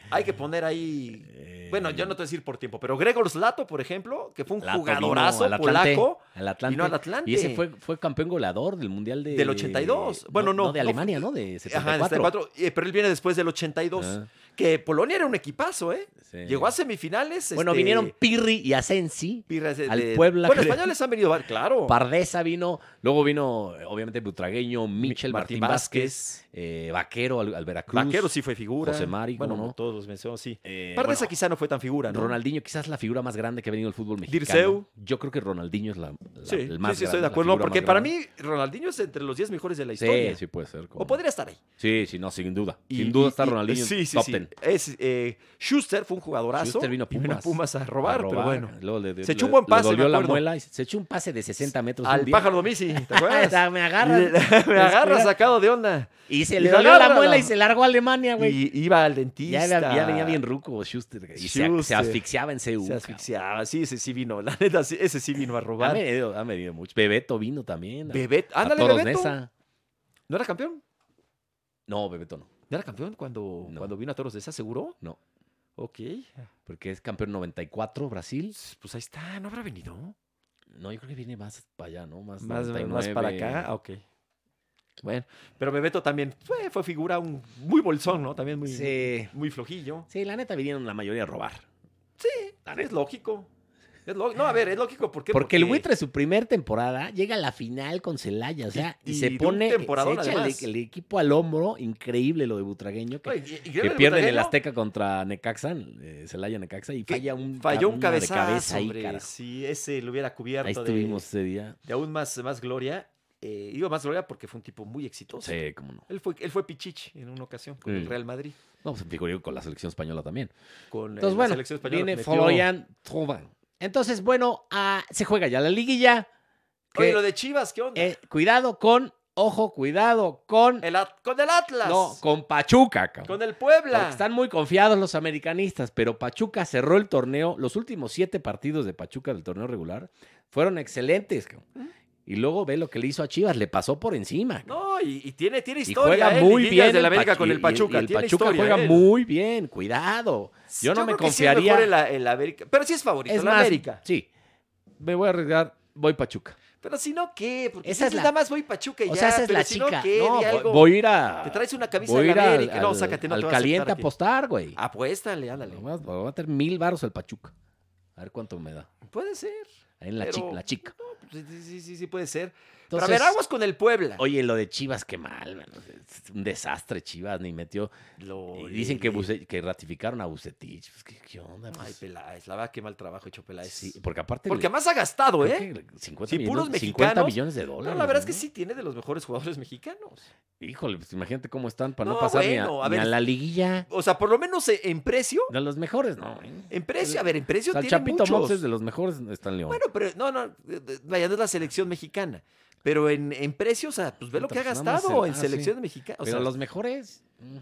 Hay que poner ahí
eh, Eh,
Bueno, yo no te voy a decir por tiempo, pero Gregor Slato, por ejemplo, que fue un
Lato
jugadorazo
vino al Atlante,
polaco,
al Atlante.
vino al Atlante.
Y ese fue, fue campeón goleador del Mundial de...
Del 82. Bueno, no,
de
no,
Alemania, ¿no? De
Ajá, en el
74.
74, eh, pero él viene después del 82.
Ah,
Que Polonia era un equipazo, ¿eh?
sí.
Llegó a semifinales.
Bueno,
este,
vinieron Pirri y Asensi.
pirras de-
al
de-
Puebla,
Bueno,
creo.
españoles han venido, var- claro.
Pardesa vino, luego vino, eh, obviamente, Butragueño, Michel Martín, Vázquez, eh, Vaquero al, al Veracruz.
Vaquero sí fue figura.
José Mari,
bueno,
¿cómo no?
todos los mencionamos, sí.
Eh,
Pardesa
bueno,
quizá no fue tan figura, ¿no?
Ronaldinho, quizás la figura más grande que ha venido el fútbol mexicano.
Dirceu.
Yo creo que Ronaldinho es la, la-
Sí,
el más
sí, sí, estoy
grande,
de
la
acuerdo.
figura
Porque
más
para
grande.
mí, Ronaldinho es entre los 10 mejores de la
Sí,
historia.
sí puede ser. cómo
o
no.
podría estar ahí.
Sí, sí, no, sin duda.
Y-
sin duda
y-
está
y-
Ronaldinho
Sí, sí,
top
sí.
10.
Es, eh, Schuster fue un jugadorazo.
Schuster vino a
y
Pumas.
a robar,
A
pero
robar.
bueno.
Luego le-
Se
le-
echó un buen
le
pase, me
dolió la
acuerdo.
muela y se se echó un pase de 60 metros.
Al
un día.
pájaro Domisi, ¿te acuerdas?
Me
Le-
agarra.
me agarra sacado de onda.
Y se
y
le
lo
dolió la
agarra,
muela
la-
y se largó a Alemania, Ah, güey.
Y iba al
Ya,
dentista.
era- ya venía bien ruco Schuster. güey, Y se- Se,
Schuster.
asfixiaba en CU.
Se
cabrón.
asfixiaba. Sí, ese sí vino. La neta, sí, ese sí vino a
Ha
robar.
venido, ha venido mucho. Bebeto vino también. a-
Bebet.
a
Ándale,
Toros
Bebeto.
Neza.
¿No era campeón?
No, Bebeto no.
¿No era campeón cuando,
No.
cuando vino a Toros de esa? ¿Seguro?
No.
Ok.
Porque es campeón 94 Brasil.
Pues ahí está. ¿No habrá venido?
No, yo creo que viene más para allá, ¿no? Más,
Más, más
99.
para acá. Ah, ok. Bueno, pero Bebeto también fue, fue figura un, muy bolsón, ¿no? También muy,
Sí.
muy flojillo.
Sí, la neta vinieron la mayoría a robar.
Es lógico. Es lo- no, a ver, es lógico. ¿por qué?
Porque el buitre, su primer temporada, llega a la final con Celaya, o sea, y,
y
se
de un
pone, se
temporadón,
echa el,
además.
el equipo al hombro, increíble lo de Butragueño, que,
Oye, y- y
que
Guillermo
pierde en el
Butragueño
Azteca contra Necaxa, eh, Celaya Necaxa, y
Que
falla un,
Falló un
una de
cabezazo,
cabeza ahí,
hombre.
carajo.
Si ese lo hubiera
Ahí
cubierto de,
estuvimos ese día.
de aún más, más gloria. Eh, digo más gloria porque fue un tipo muy exitoso.
Sí, Mm. cómo no.
Él fue, él fue Pichichi en una ocasión con
Sí.
el Real Madrid.
No, pues figuró con la selección española también.
Con eh,
Entonces,
la
bueno,
selección española
viene
metió-
Florian Truban. Entonces, bueno, ah, se juega ya la liguilla. que,
Oye, lo de Chivas, ¿qué onda?
eh, cuidado con, ojo, cuidado con,
El At- con el Atlas.
no, con Pachuca, cabrón.
con el
Porque
Puebla.
están muy confiados los americanistas, pero Pachuca cerró el torneo. Los últimos siete partidos de Pachuca del torneo regular fueron excelentes. cabrón.
Ujú.
Y luego ve lo que le hizo a Chivas, le pasó por encima. cabrón.
Mm. No, y, y tiene, tiene
y
historia.
juega
¿eh?
muy
Liguillas
bien.
de la
el
América
Pachu-
con el
y
Pachuca.
Y el
tiene
Pachuca
historia,
juega
¿eh?
muy bien, cuidado. Yo no me
creo que sí es
confiaría.
mejor el, a- el América. Pero sí es favorito
Es
el
más,
América.
sí, me voy a arriesgar, voy Pachuca.
Pero si no, ¿qué? Porque
Esa
esa
es
es
la-
nada más voy Pachuca y
o
ya.
sea, esa es
pero
la
si
chica.
No, ¿qué?
No,
Di
voy,
algo.
voy a ir a...
Te traes una camisa
voy a
de
ir
la
al-
América. no,
al-
sácate, no
al
te vas a
caliente
aceptar
a
aquí.
apostar, güey.
Apuéstale, ándale.
Voy a- voy a meter mil varos al Pachuca. A ver cuánto me da.
Puede ser.
Ahí en la,
Pero-
chica, la chica.
Sí, sí, sí, sí, puede ser. pero a
Entonces,
ver, aguas con el Puebla.
Oye, lo de Chivas, qué mal. mano. Es un desastre, Chivas, ni metió.
Lo-
Y dicen que,
el-
Buce- que ratificaron a Bucetich. Pues, ¿qué, qué onda?
Ay,
pues?
Peláez, la verdad, qué mal trabajo hecho Peláez.
Sí, porque aparte.
Porque
le-
además ha gastado,
creo
¿eh?
que 50,
Sí,
millones,
puros
50
mexicanos.
millones de dólares.
No, la verdad es que
¿no?
sí tiene de los mejores jugadores mexicanos.
Híjole, pues imagínate cómo están para no,
No,
pasar ni a- ni,
bueno,
a,
a ver.
la liguilla.
O sea, por lo menos eh, en precio.
De los mejores, ¿no? ¿eh?
En precio, a ver, en precio
O sea, el
tiene
Chapito
muchos.
Montes de los mejores está en León.
Bueno, pero no, no, eh, eh, vaya, no es la selección mexicana. Pero en, en precio, o sea, pues ve lo
Puta,
que ha
pues nada más
gastado
el-
en
ah,
selección mexicana. O
Pero
sea,
los mejores. mm,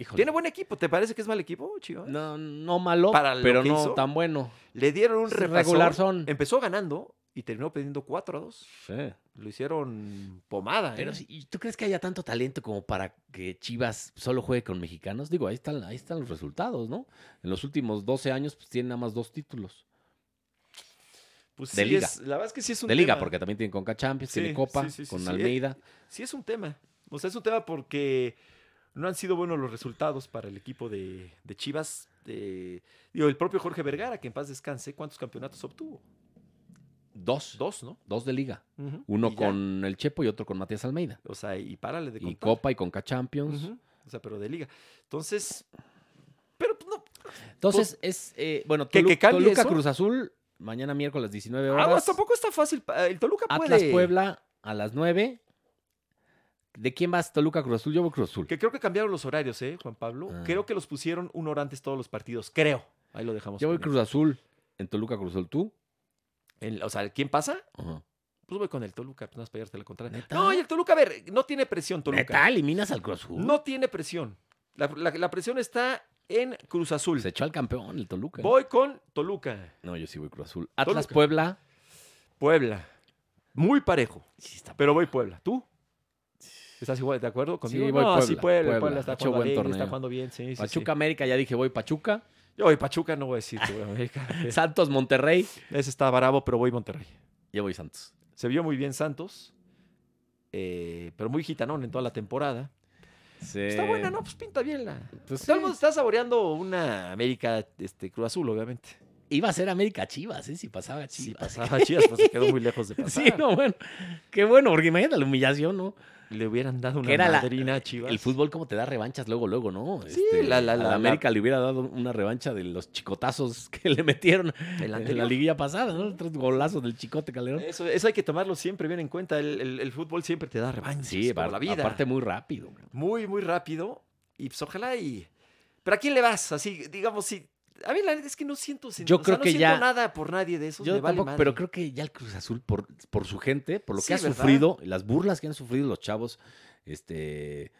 Híjole.
tiene buen equipo. ¿Te parece que es mal equipo, Chivas?
No, no malo,
Para lo
pero
que
no
hizo.
tan bueno.
Le dieron un
Sí,
repasón.
regular son.
Empezó ganando y terminó perdiendo 4 a 2.
Sí.
Lo hicieron pomada.
Pero
¿eh?
sí, ¿y ¿tú crees que haya tanto talento como para que Chivas solo juegue con mexicanos? Digo, ahí están, ahí están los resultados, ¿no? En los últimos 12 años pues, tienen nada más dos títulos.
Pues
de
sí
liga.
es- la verdad es que sí es un
de liga,
tema.
porque también tienen Conca Champions, tiene
Sí,
Copa
sí, sí, sí,
con
sí, eh.
Almeida.
Sí es un tema. O sea, es un tema porque no han sido buenos los resultados para el equipo de, de Chivas. Eh, digo, el propio Jorge Vergara, que en paz descanse, ¿cuántos campeonatos obtuvo?
Dos, dos.
Dos, ¿no?
de liga.
Ujú.
Uno
Y ya.
con el Chepo y otro con Matías Almeida.
O sea, y párale de
Y
contar.
Copa y Conca Champions.
Ujú. O sea, pero de liga. Entonces, pero pues, no.
Entonces, es, eh, bueno,
que-
Tolu-
que cambie
Toluca
eso.
Cruz Azul, mañana miércoles 19 horas.
Aguas, tampoco está fácil. pa- El Toluca puede.
Atlas Puebla a las 9. ¿De quién vas? Toluca Cruz Azul. Yo voy Cruz Azul.
Que creo que cambiaron los horarios, ¿eh, Juan Pablo?
Ah.
Creo que los pusieron una hora antes todos los partidos. Creo. Ahí lo dejamos.
Yo voy
pendiente.
Cruz Azul. En Toluca Cruz Azul, tú.
El- o sea, ¿quién pasa?
Ajá.
Pues voy con el Toluca, pues nada más para llevarte la contraria.
¿Neta?
No, y el Toluca, a ver, no tiene presión, Toluca.
Neta, eliminas al Cruz Azul.
No tiene presión. La, la- la presión está en Cruz Azul.
Se echó al campeón el Toluca.
Voy con Toluca.
No, yo sí voy Cruz Azul. Atlas
Toluca.
Puebla.
Puebla. Muy parejo.
Sí, está
Pero voy Puebla. ¿Tú? ¿Estás igual de acuerdo conmigo?
voy
no,
Puebla,
sí, Puebla.
Puebla.
Puebla, está
Ha hecho
jugando
buen
alegre,
torneo.
está jugando bien, sí, sí, sí.
Pachuca América, ya dije, voy Pachuca.
Yo voy Pachuca, no voy a decir que voy a América.
Santos, Monterrey.
Ese está bravo, pero voy Monterrey.
Yo voy Santos.
Se vio muy bien Santos, eh, pero muy gitanón en toda la temporada.
Sí.
Está buena, ¿no? Pues pinta bien la.
Pues sí.
Todo el mundo está saboreando una América este, Cruz Azul, obviamente.
Iba a ser América Chivas, ¿eh? Si pasaba Chivas.
Si pasaba Chivas, pues se quedó muy lejos de pasar.
Sí, no, bueno. Qué bueno, porque imagínate la humillación, ¿no?
Le hubieran dado una
Que era la-
madrina a Chivas.
El fútbol como te da revanchas luego, luego, ¿no?
Sí, la- la-
a
la-
América le hubiera dado una revancha de los chicotazos que le metieron
El
en la
anterior.
liguilla pasada, ¿no? Tres golazos del chicote Calderón.
Eso, eso hay que tomarlo siempre bien en cuenta. El, el- el fútbol siempre te da revanchas
Sí,
como
par-
la vida.
aparte muy rápido.
muy, muy rápido. Y pues ojalá y. ¿Pero a quién le vas? Así, digamos, si. A mí la neta es que no siento. sen-
Yo
o sea,
creo
no
que
siento
ya-
nada por nadie de esos.
Yo
me vale
tampoco,
madre.
pero creo que ya el Cruz Azul, por, por su gente, por lo que
Sí,
ha
¿verdad?
sufrido, las burlas que han sufrido los chavos, este, eh,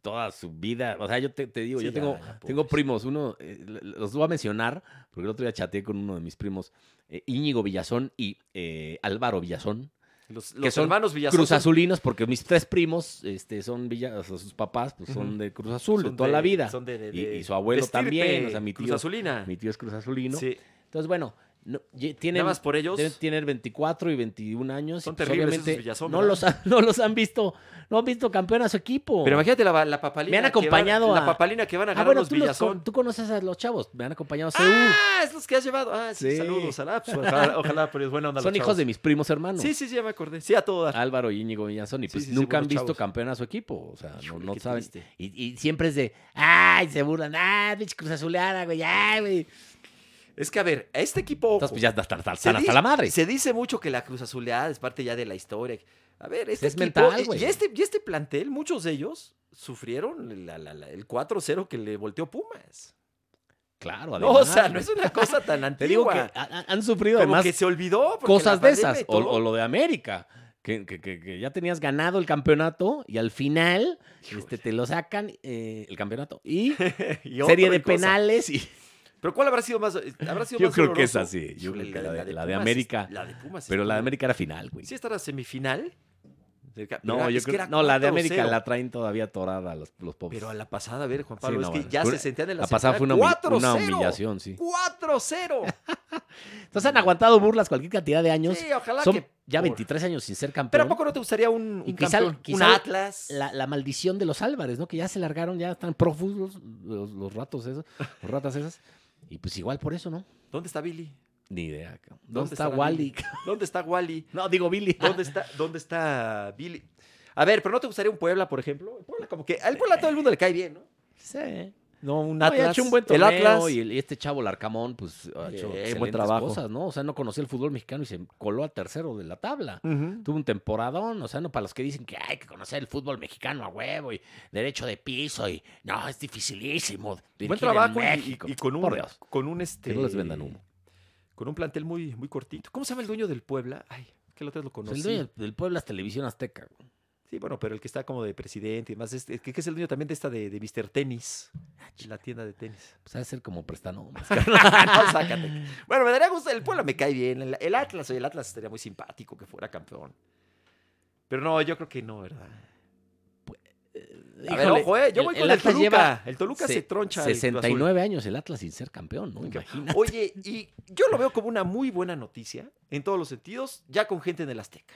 toda su vida. O sea, yo te, te digo,
Sí,
yo
ya,
tengo,
ya, pobres.
tengo primos, uno, eh, l- los voy a mencionar, porque el otro día chateé con uno de mis primos, eh, Íñigo Villazón y eh, Álvaro Villazón,
Los,
que
los
son
hermanos Villazón.
Cruz Azulinos, porque mis tres primos este, son Villa, o sea, sus papás pues, son
Ujú.
de Cruz Azul, de
son
toda
de-
la vida.
son de- de-
Y-
de-
y su abuelo
de estirpe
también, o sea, mi tío-
Cruz Azulina.
Mi tío es Cruz Azulino.
Sí.
Entonces, bueno, no, ye- tienen,
Nada más por ellos.
Deben tener 24 y 21 años. y,
Son
pues,
terribles
obviamente,
esos Villazón,
no
¿verdad?
los, han, no los han visto. No han visto campeón a su equipo.
Pero imagínate la, la papalina.
Me han
que van-
acompañado a-
La papalina que van a
ah,
ganar
bueno,
los
tú, los
Villazón.
con- tú conoces a los chavos. Me han acompañado a CU.
Ah, es los que has llevado. Ah, sí.
Sí.
Saludos, saludos. Ojalá, ojalá, pero es buena onda.
Son hijos de Ah, mis primos hermanos.
Sí, sí, sí, ya me acordé. Sí, a todo dar.
Álvaro y Íñigo Villazón. Y
Sí,
pues
sí, sí,
nunca han
buenos
visto
chavos.
campeón a su equipo. O sea, no,
Híjole,
no
qué
saben.
triste.
Y, y siempre es de, ay, se burlan. Ay, pinche cruz azuleana, güey. Ay, güey.
Es que, a ver, a este equipo. ojo,
Entonces, pues ya hasta, hasta- hasta-
se
hasta
dice-
la madre.
Se dice mucho que la Cruz Azuleada es parte ya de la historia. A ver, este
Es
equipo,
mental,
eh,
güey.
y, este, y este plantel, muchos de ellos sufrieron la- la- la- el 4-0 que le volteó Pumas.
Claro,
No,
además.
o sea, no es una cosa tan antigua.
Te digo que ha- ha- han sufrido
Como
además
que se olvidó. porque
cosas
la
de
pandemia y
esas. O,
todo.
o lo de América. Que, que- que- que ya tenías ganado el campeonato y al final este, te lo sacan eh, el campeonato y
Y otra
serie de
cosa.
penales y
Pero ¿cuál habrá sido más? eh, ¿Habrá sido
Yo
más
creo que
doloroso?
esa sí, yo creo
Híjole,
que la de- la de
Pumas es-
América.
La de Pumas. es
pero la de
duro.
América era final güey
Sí, estará semifinal. De ca- pero
no
era-
yo
es que
creo
era
no la de América
4-0.
la traen todavía torada los, los pobres
Pero a la pasada, a ver, Juan
Sí,
Pablo,
no,
es que
bueno.
ya
Fue
se
una-
sentían en la,
la pasada fue una, humi-
semifinal.
una
4-0.
humillación sí
4-0.
entonces han aguantado burlas cualquier cantidad de años
Sí, ojalá
son
que.
ya
por-
23 años sin ser
Pero
campeón
¿a poco no te gustaría un,
Y
un
quizá-
campeón?
quizá
un Atlas.
la, la maldición de los Álvarez, ¿no? Que ya se largaron, ya están prófugos los, los ratos esos, los ratas esas. Y pues igual por eso, ¿no?
¿Dónde está Billy?
Ni idea. cabrón. ¿Dónde,
¿Dónde
está
estará
Wally?
Billy? ¿Dónde está Wally?
No, digo Billy.
¿Dónde está, ¿Dónde está Billy? A ver, pero ¿no te gustaría un Puebla, por ejemplo? El Puebla, como que. Al Puebla a todo el mundo le cae bien, ¿no?
Sí.
No, un
Ah, No, ya ha hecho un buen
el
torneo
Atlas.
y, el- y este chavo, el Arcamón, pues ha hecho
buen
excelentes
trabajo.
cosas, ¿no? O sea, no conocía el fútbol mexicano y se coló al tercero de la tabla.
Ujú.
Tuvo un temporadón, o sea, no para los que dicen que hay que conocer el fútbol mexicano a huevo y derecho de piso y no, es dificilísimo. dirigir
Buen
en
trabajo y- y,
México.
y con un.
Por Dios.
Con un este.
Que no les vendan humo.
Con un plantel muy, muy cortito. ¿Cómo se llama el dueño del Puebla? Ay, que el otro lo
Pues
conocí.
el dueño del- del pueblo es Televisión Azteca. güey.
Sí, bueno, pero el que está como de presidente y demás, es, es que que es el dueño también de esta de, de Mr. Tenis,
Ah,
la tienda de tenis.
Pues ha de ser como prestanombres.
No, sácate. Bueno, me daría gusto, el Puebla me cae bien, el, el Atlas, oye, el Atlas estaría muy simpático que fuera campeón. Pero no, yo creo que no, ¿verdad? A ver,
Híjole,
ojo, eh, yo
el-
voy
el
con el,
Atlas
Toluca.
lleva
el Toluca se,
se-
troncha. al Cruz Azul.
69 años el Atlas sin ser campeón, ¿no? Imagínate.
Oye, y yo lo veo como una muy buena noticia, en todos los sentidos, ya con gente en el Azteca.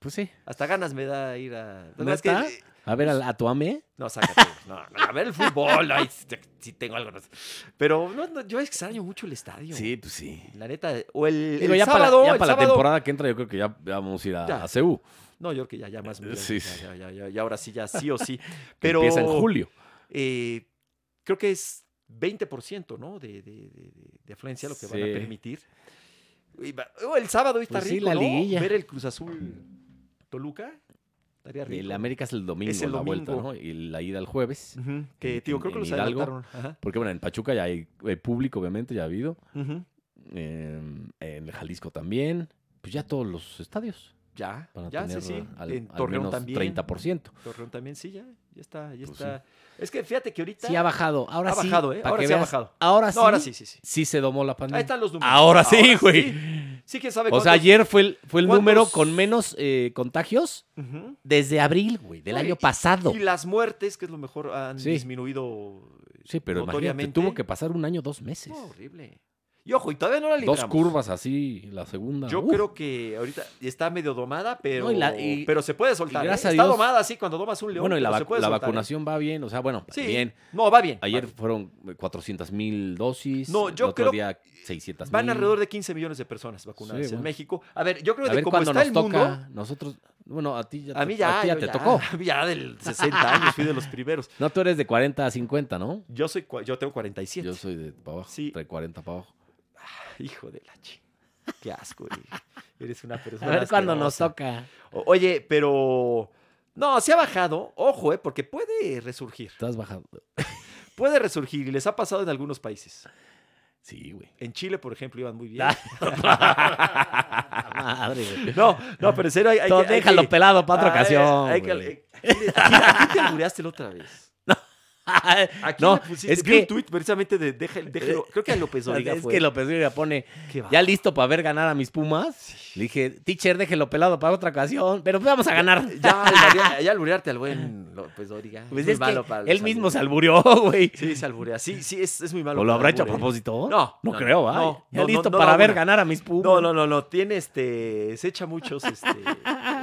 Pues sí.
Hasta ganas me da ir a... la verdad es
¿Neta?
que-
A ver,
Pues
al- a, E? tu AME.
No, sácate. No, no, a ver el fútbol. ay, si, te- si tengo algo. no sé. Pero no, no, yo extraño mucho el estadio.
pues sí.
La neta. O el,
Digo,
el
ya para,
sábado.
ya
el
para la
sábado-
temporada que entra, yo creo que ya ya vamos a ir a,
Ya.
a CU.
No, yo creo que ya, ya más.
Sí,
ya,
sí.
ya, ya, ya, ya ahora sí, ya sí o sí.
que
Pero.
Empieza en julio.
eh, creo que es 20%, ¿no? De, de, de- de- de afluencia lo que van a
Sí.
permitir. Y va- o el sábado está
Pues sí,
rico,
la
¿no?
liguilla.
Ver el Cruz Azul Toluca. Estaría rico.
El América es el domingo,
Es el
la vuelta,
domingo.
¿no? Y la ida el jueves.
Ujú, Que,
en-
tío, creo que
en
los
Hidalgo.
adelantaron. Ajá.
Porque, bueno, en Pachuca ya hay, hay público, obviamente, ya ha habido. Em,
ujú.
Eh, en el Jalisco también. Pues ya todos los estadios.
Ya,
Para
ya, sí,
tener
sí.
al,
en
al
Torreón
menos
también.
30%.
Torreón también, sí, ya, ya está, ya
Pues sí.
está. Es que fíjate que ahorita.
Sí ha bajado. Ahora
Ha
sí.
bajado, ¿eh?
para
Ahora
que
sí ha
veas,
bajado.
Ahora sí.
No, ahora sí, sí, sí.
Sí se domó la
Ahí
pandemia.
están los números.
Ahora sí, güey.
Sí, Sí, quién sabe
O
cuántos-
sea, ayer fue el, fue el
¿Cuántos-
número con menos eh, contagios
Ujú.
desde abril, güey, del
No, y-
año pasado.
Y las muertes, que es lo mejor, han
Sí.
disminuido. eh,
Sí, pero imagínate,
notoriamente.
tuvo que pasar un año, dos meses.
No, horrible. Y ojo, y todavía no la libramos.
dos curvas así, la segunda.
Yo
uf.
creo que ahorita está medio domada, pero,
No, y la- y-
pero se puede soltar.
y
¿eh?
gracias a
Está
Dios-
domada así cuando domas un león.
Bueno, y la,
pero se
vac-
puede
la
soltar, ¿eh?
vacunación va bien, o sea, bueno,
Sí.
bien.
No, va bien.
Ayer
Va-
fueron 400 mil dosis.
No, yo
el otro
creo-
día 600
Van
mil.
alrededor de 15 millones de personas vacunadas
Sí,
en
bueno.
México. A ver, yo creo
A
que
ver
como
cuándo
está el
nos
mundo.
toca. Nosotros, bueno, a ti ya,
A mí
te,
ya.
ti ya
yo
te tocó.
A mí ya del 60 años fui de los primeros.
No, tú eres de 40 a 50, ¿no?
Yo soy cua- yo tengo 47.
Yo soy de para abajo,
Sí.
de 40 para abajo.
Hijo de la chingada. Qué asco, güey. Eres una
A
persona.
ver cuándo nos
asquerosa.
toca.
O- Oye, pero. No, se ha bajado. Ojo, eh, porque puede resurgir.
Estás bajado.
Puede resurgir y les ha pasado en algunos países.
Sí, güey.
En Chile, por ejemplo, iban muy bien.
Ah. Madre, güey.
No, no, pero en serio hay, hay
Todo
que- hay
déjalo
que-
pelado para otra
Ay,
ocasión.
hay que-
güey.
eh, ¿A quién te albureaste la otra vez? ¿A quién
no,
le pusiste?
es
Vi un
que,
tuit precisamente de deja- déjalo- Creo que a López Doriga
es
fue. Ah.
que López Obrador pone,
Qué va-
ya listo para ver ganar a mis Pumas. Le dije, teacher, déjelo pelado para otra ocasión, pero pues vamos a ganar.
Ya, alburea- ya alburearte al buen López Doriga.
Pues
muy
es que
malo para los
él mismo
albures.
se alburió, güey.
Sí, se alburea. Sí, sí, es, es muy malo.
¿O lo
para
habrá
el
hecho a
albure.
propósito?
No, no,
No creo, ¿ah?
no,
ya
no,
listo
no, no,
para
no,
ver
no.
ganar a mis Pumas.
No, no, no, no. Tiene este. Se echa muchos. Este,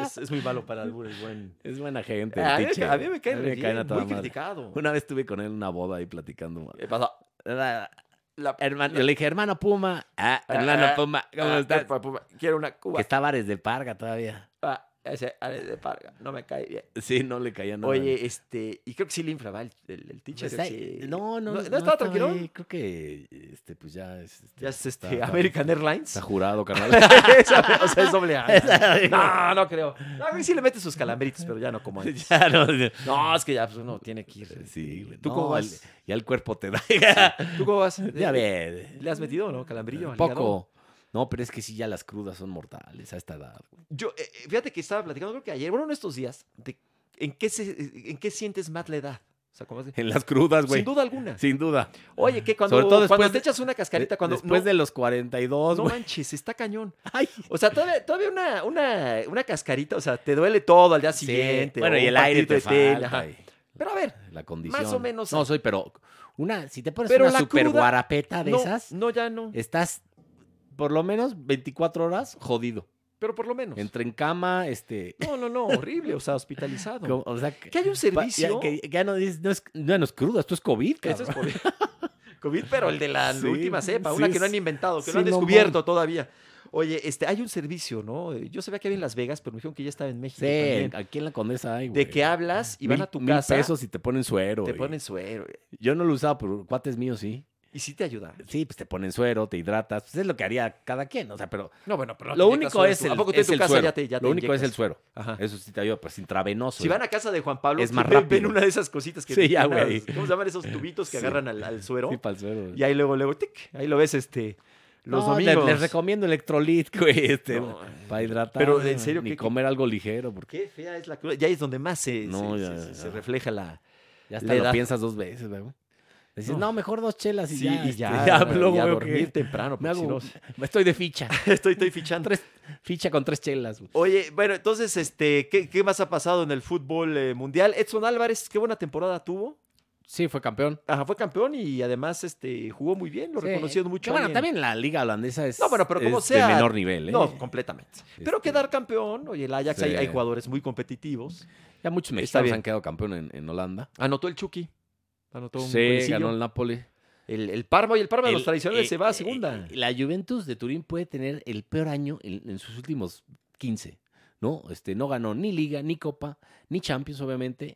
es, es muy malo para el albur, el buen.
Es buena gente, el
A mí, me
teacher.
ca- a mí me cae
A mí
re bien,
a toda
muy
madre. Eh,
criticado.
Una vez estuve con él en una boda ahí platicando.
¿Qué pasa?
Ah,
La-
hermano,
la-
yo le dije, hermano Puma. Ah, hermano
ah,
Puma, ¿cómo
ah,
estás?
pa- pa- Quiero una
Que
Cuba.
está Vares de Parga todavía.
Ah, ese Ares de Parga. No me cae bien.
Sí, no le caía nada.
Oye, este, y creo que sí le inflaba el, el, el teacher.
Pues está-
sí.
no, no,
no, estaba tranquilo.
ahí, creo que este, pues ya es. Este,
Ya es este,
está- está-
American Airlines.
Está jurado, carnal.
Esa- o sea, es doble A.
Esa-
No, no creo. No, a mí sí le mete sus calambritos, pero ya no como antes.
ya no. no.
No, es que ya pues, uno tiene que ir.
Eh, Sí, güey.
¿Tú
no,
cómo
al-
vas?
ya el cuerpo te da.
¿Tú cómo vas? Eh,
ya ves.
¿Le has metido, no? Calambrillo. al hígado?
Poco. No, pero es que sí, ya las crudas son mortales a esta edad. güey.
Yo, eh, eh, fíjate que estaba platicando, creo que ayer, bueno, en estos días, de en qué, se- eh, en qué sientes más la edad. O sea, ¿cómo es?
En las crudas, güey.
Sin duda alguna.
Sin duda.
Oye, que cuando,
Sobre
cuando
todo después
te
de-
echas una cascarita, cuando
Después
no,
de los 42,
no
güey.
manches, está cañón.
Ay.
O sea, todavía, todavía una, una, una cascarita, o sea, te duele todo al día
Sí,
siguiente.
Bueno,
o
y
un
el aire
partidito
te
de tele,
falta.
ajá.
y
Pero a ver,
La condición.
menos.
No, soy, pero una, si te pones
Pero
una
la
super
cruda-
guarapeta de
no,
esas,
no, ya no.
estás por lo menos 24 horas jodido.
Pero por lo menos.
Entre en cama, este.
No, no, no, horrible, o sea, hospitalizado.
como- o sea,
Que hay un
pa-
servicio.
Ya, que, que ya no, dices- no es, no, no es crudo, esto es COVID,
Que eso es
cabrón.
COVID. COVID, pero el de la
Sí,
última cepa,
sí,
una que no
es-
han inventado, que
sí,
no han
no
descubierto todavía. Oye, este, hay un servicio, ¿no? Eh, Yo sabía que había en Las Vegas, pero me dijeron que ya estaba en México
Sí,
también.
aquí en la condesa hay, güey.
De que hablas y van
Mil-
a tu
mil
casa,
pesos y te ponen suero.
te
y-
ponen suero.
Yo no lo usaba, pero cuates míos sí.
Y sí te ayuda.
Sí, pues te ponen suero, te hidratas. Pues es lo que haría cada quien. O sea, pero
No, bueno, pero no te
lo
inyectas
único
suero
es
tú.
el,
¿A poco tú
es
en tu
el
casa
suero.
ya te ya te
lo único es el
inyectas?
suero.
Ajá.
Eso sí te ayuda, pues intravenoso.
Si van a casa de Juan Pablo,
Es
que
más
ven-
rápido.
Ven una de esas cositas que
Sí,
te
ya,
quitan a
güey.
los- ¿Cómo se llaman esos tubitos que
Sí.
agarran al, al suero?
Sí, para el suero.
Y ahí luego, luego, tic, ahí lo ves este, los
No, le-
domingos.
Les recomiendo electrolit, güey, este,
No, ay,
para hidratar.
Pero, en serio,
ni
¿qué- qué-
comer algo ligero, porque
Qué fea es la cruda. Ya es donde más se,
No,
se-
ya,
se-
ya.
se refleja la.
ya
La
hasta lo
edad.
piensas dos veces, güey. Dices,
No.
no. mejor dos chelas y
Sí,
ya.
y
este,
ya,
ya,
ya,
luego
ya
veo que
dormir temprano,
me
porque
hago,
si
me estoy de ficha.
no, estoy, estoy fichando.
Tres, ficha con tres chelas, güey.
Oye, bueno, entonces, este, ¿qué, qué más ha pasado en el fútbol eh, mundial? Edson Álvarez, qué buena temporada tuvo.
Sí, fue campeón.
Ajá, fue campeón y además este, jugó muy bien, lo
Sí.
reconocieron mucho.
Que bueno,
ahí en-
también la liga holandesa es,
No, bueno, pero como
es
sea,
de menor nivel, ¿eh?
No, completamente. Pero
Este-
quedar campeón, oye, el Ajax,
Sí.
hay, hay jugadores muy competitivos.
ya muchos
está
mexicanos
bien.
han quedado campeón en, en Holanda.
Anotó el Chucky. Anotó un
Sí,
golecillo.
ganó el Napoli.
el, el Parma y el Parma de los
El-
tradicionales
eh,
se va a
eh,
segunda.
eh, la Juventus de Turín puede tener el peor año en, en sus últimos 15, ¿no? Este, no ganó ni Liga, ni Copa, ni Champions, obviamente.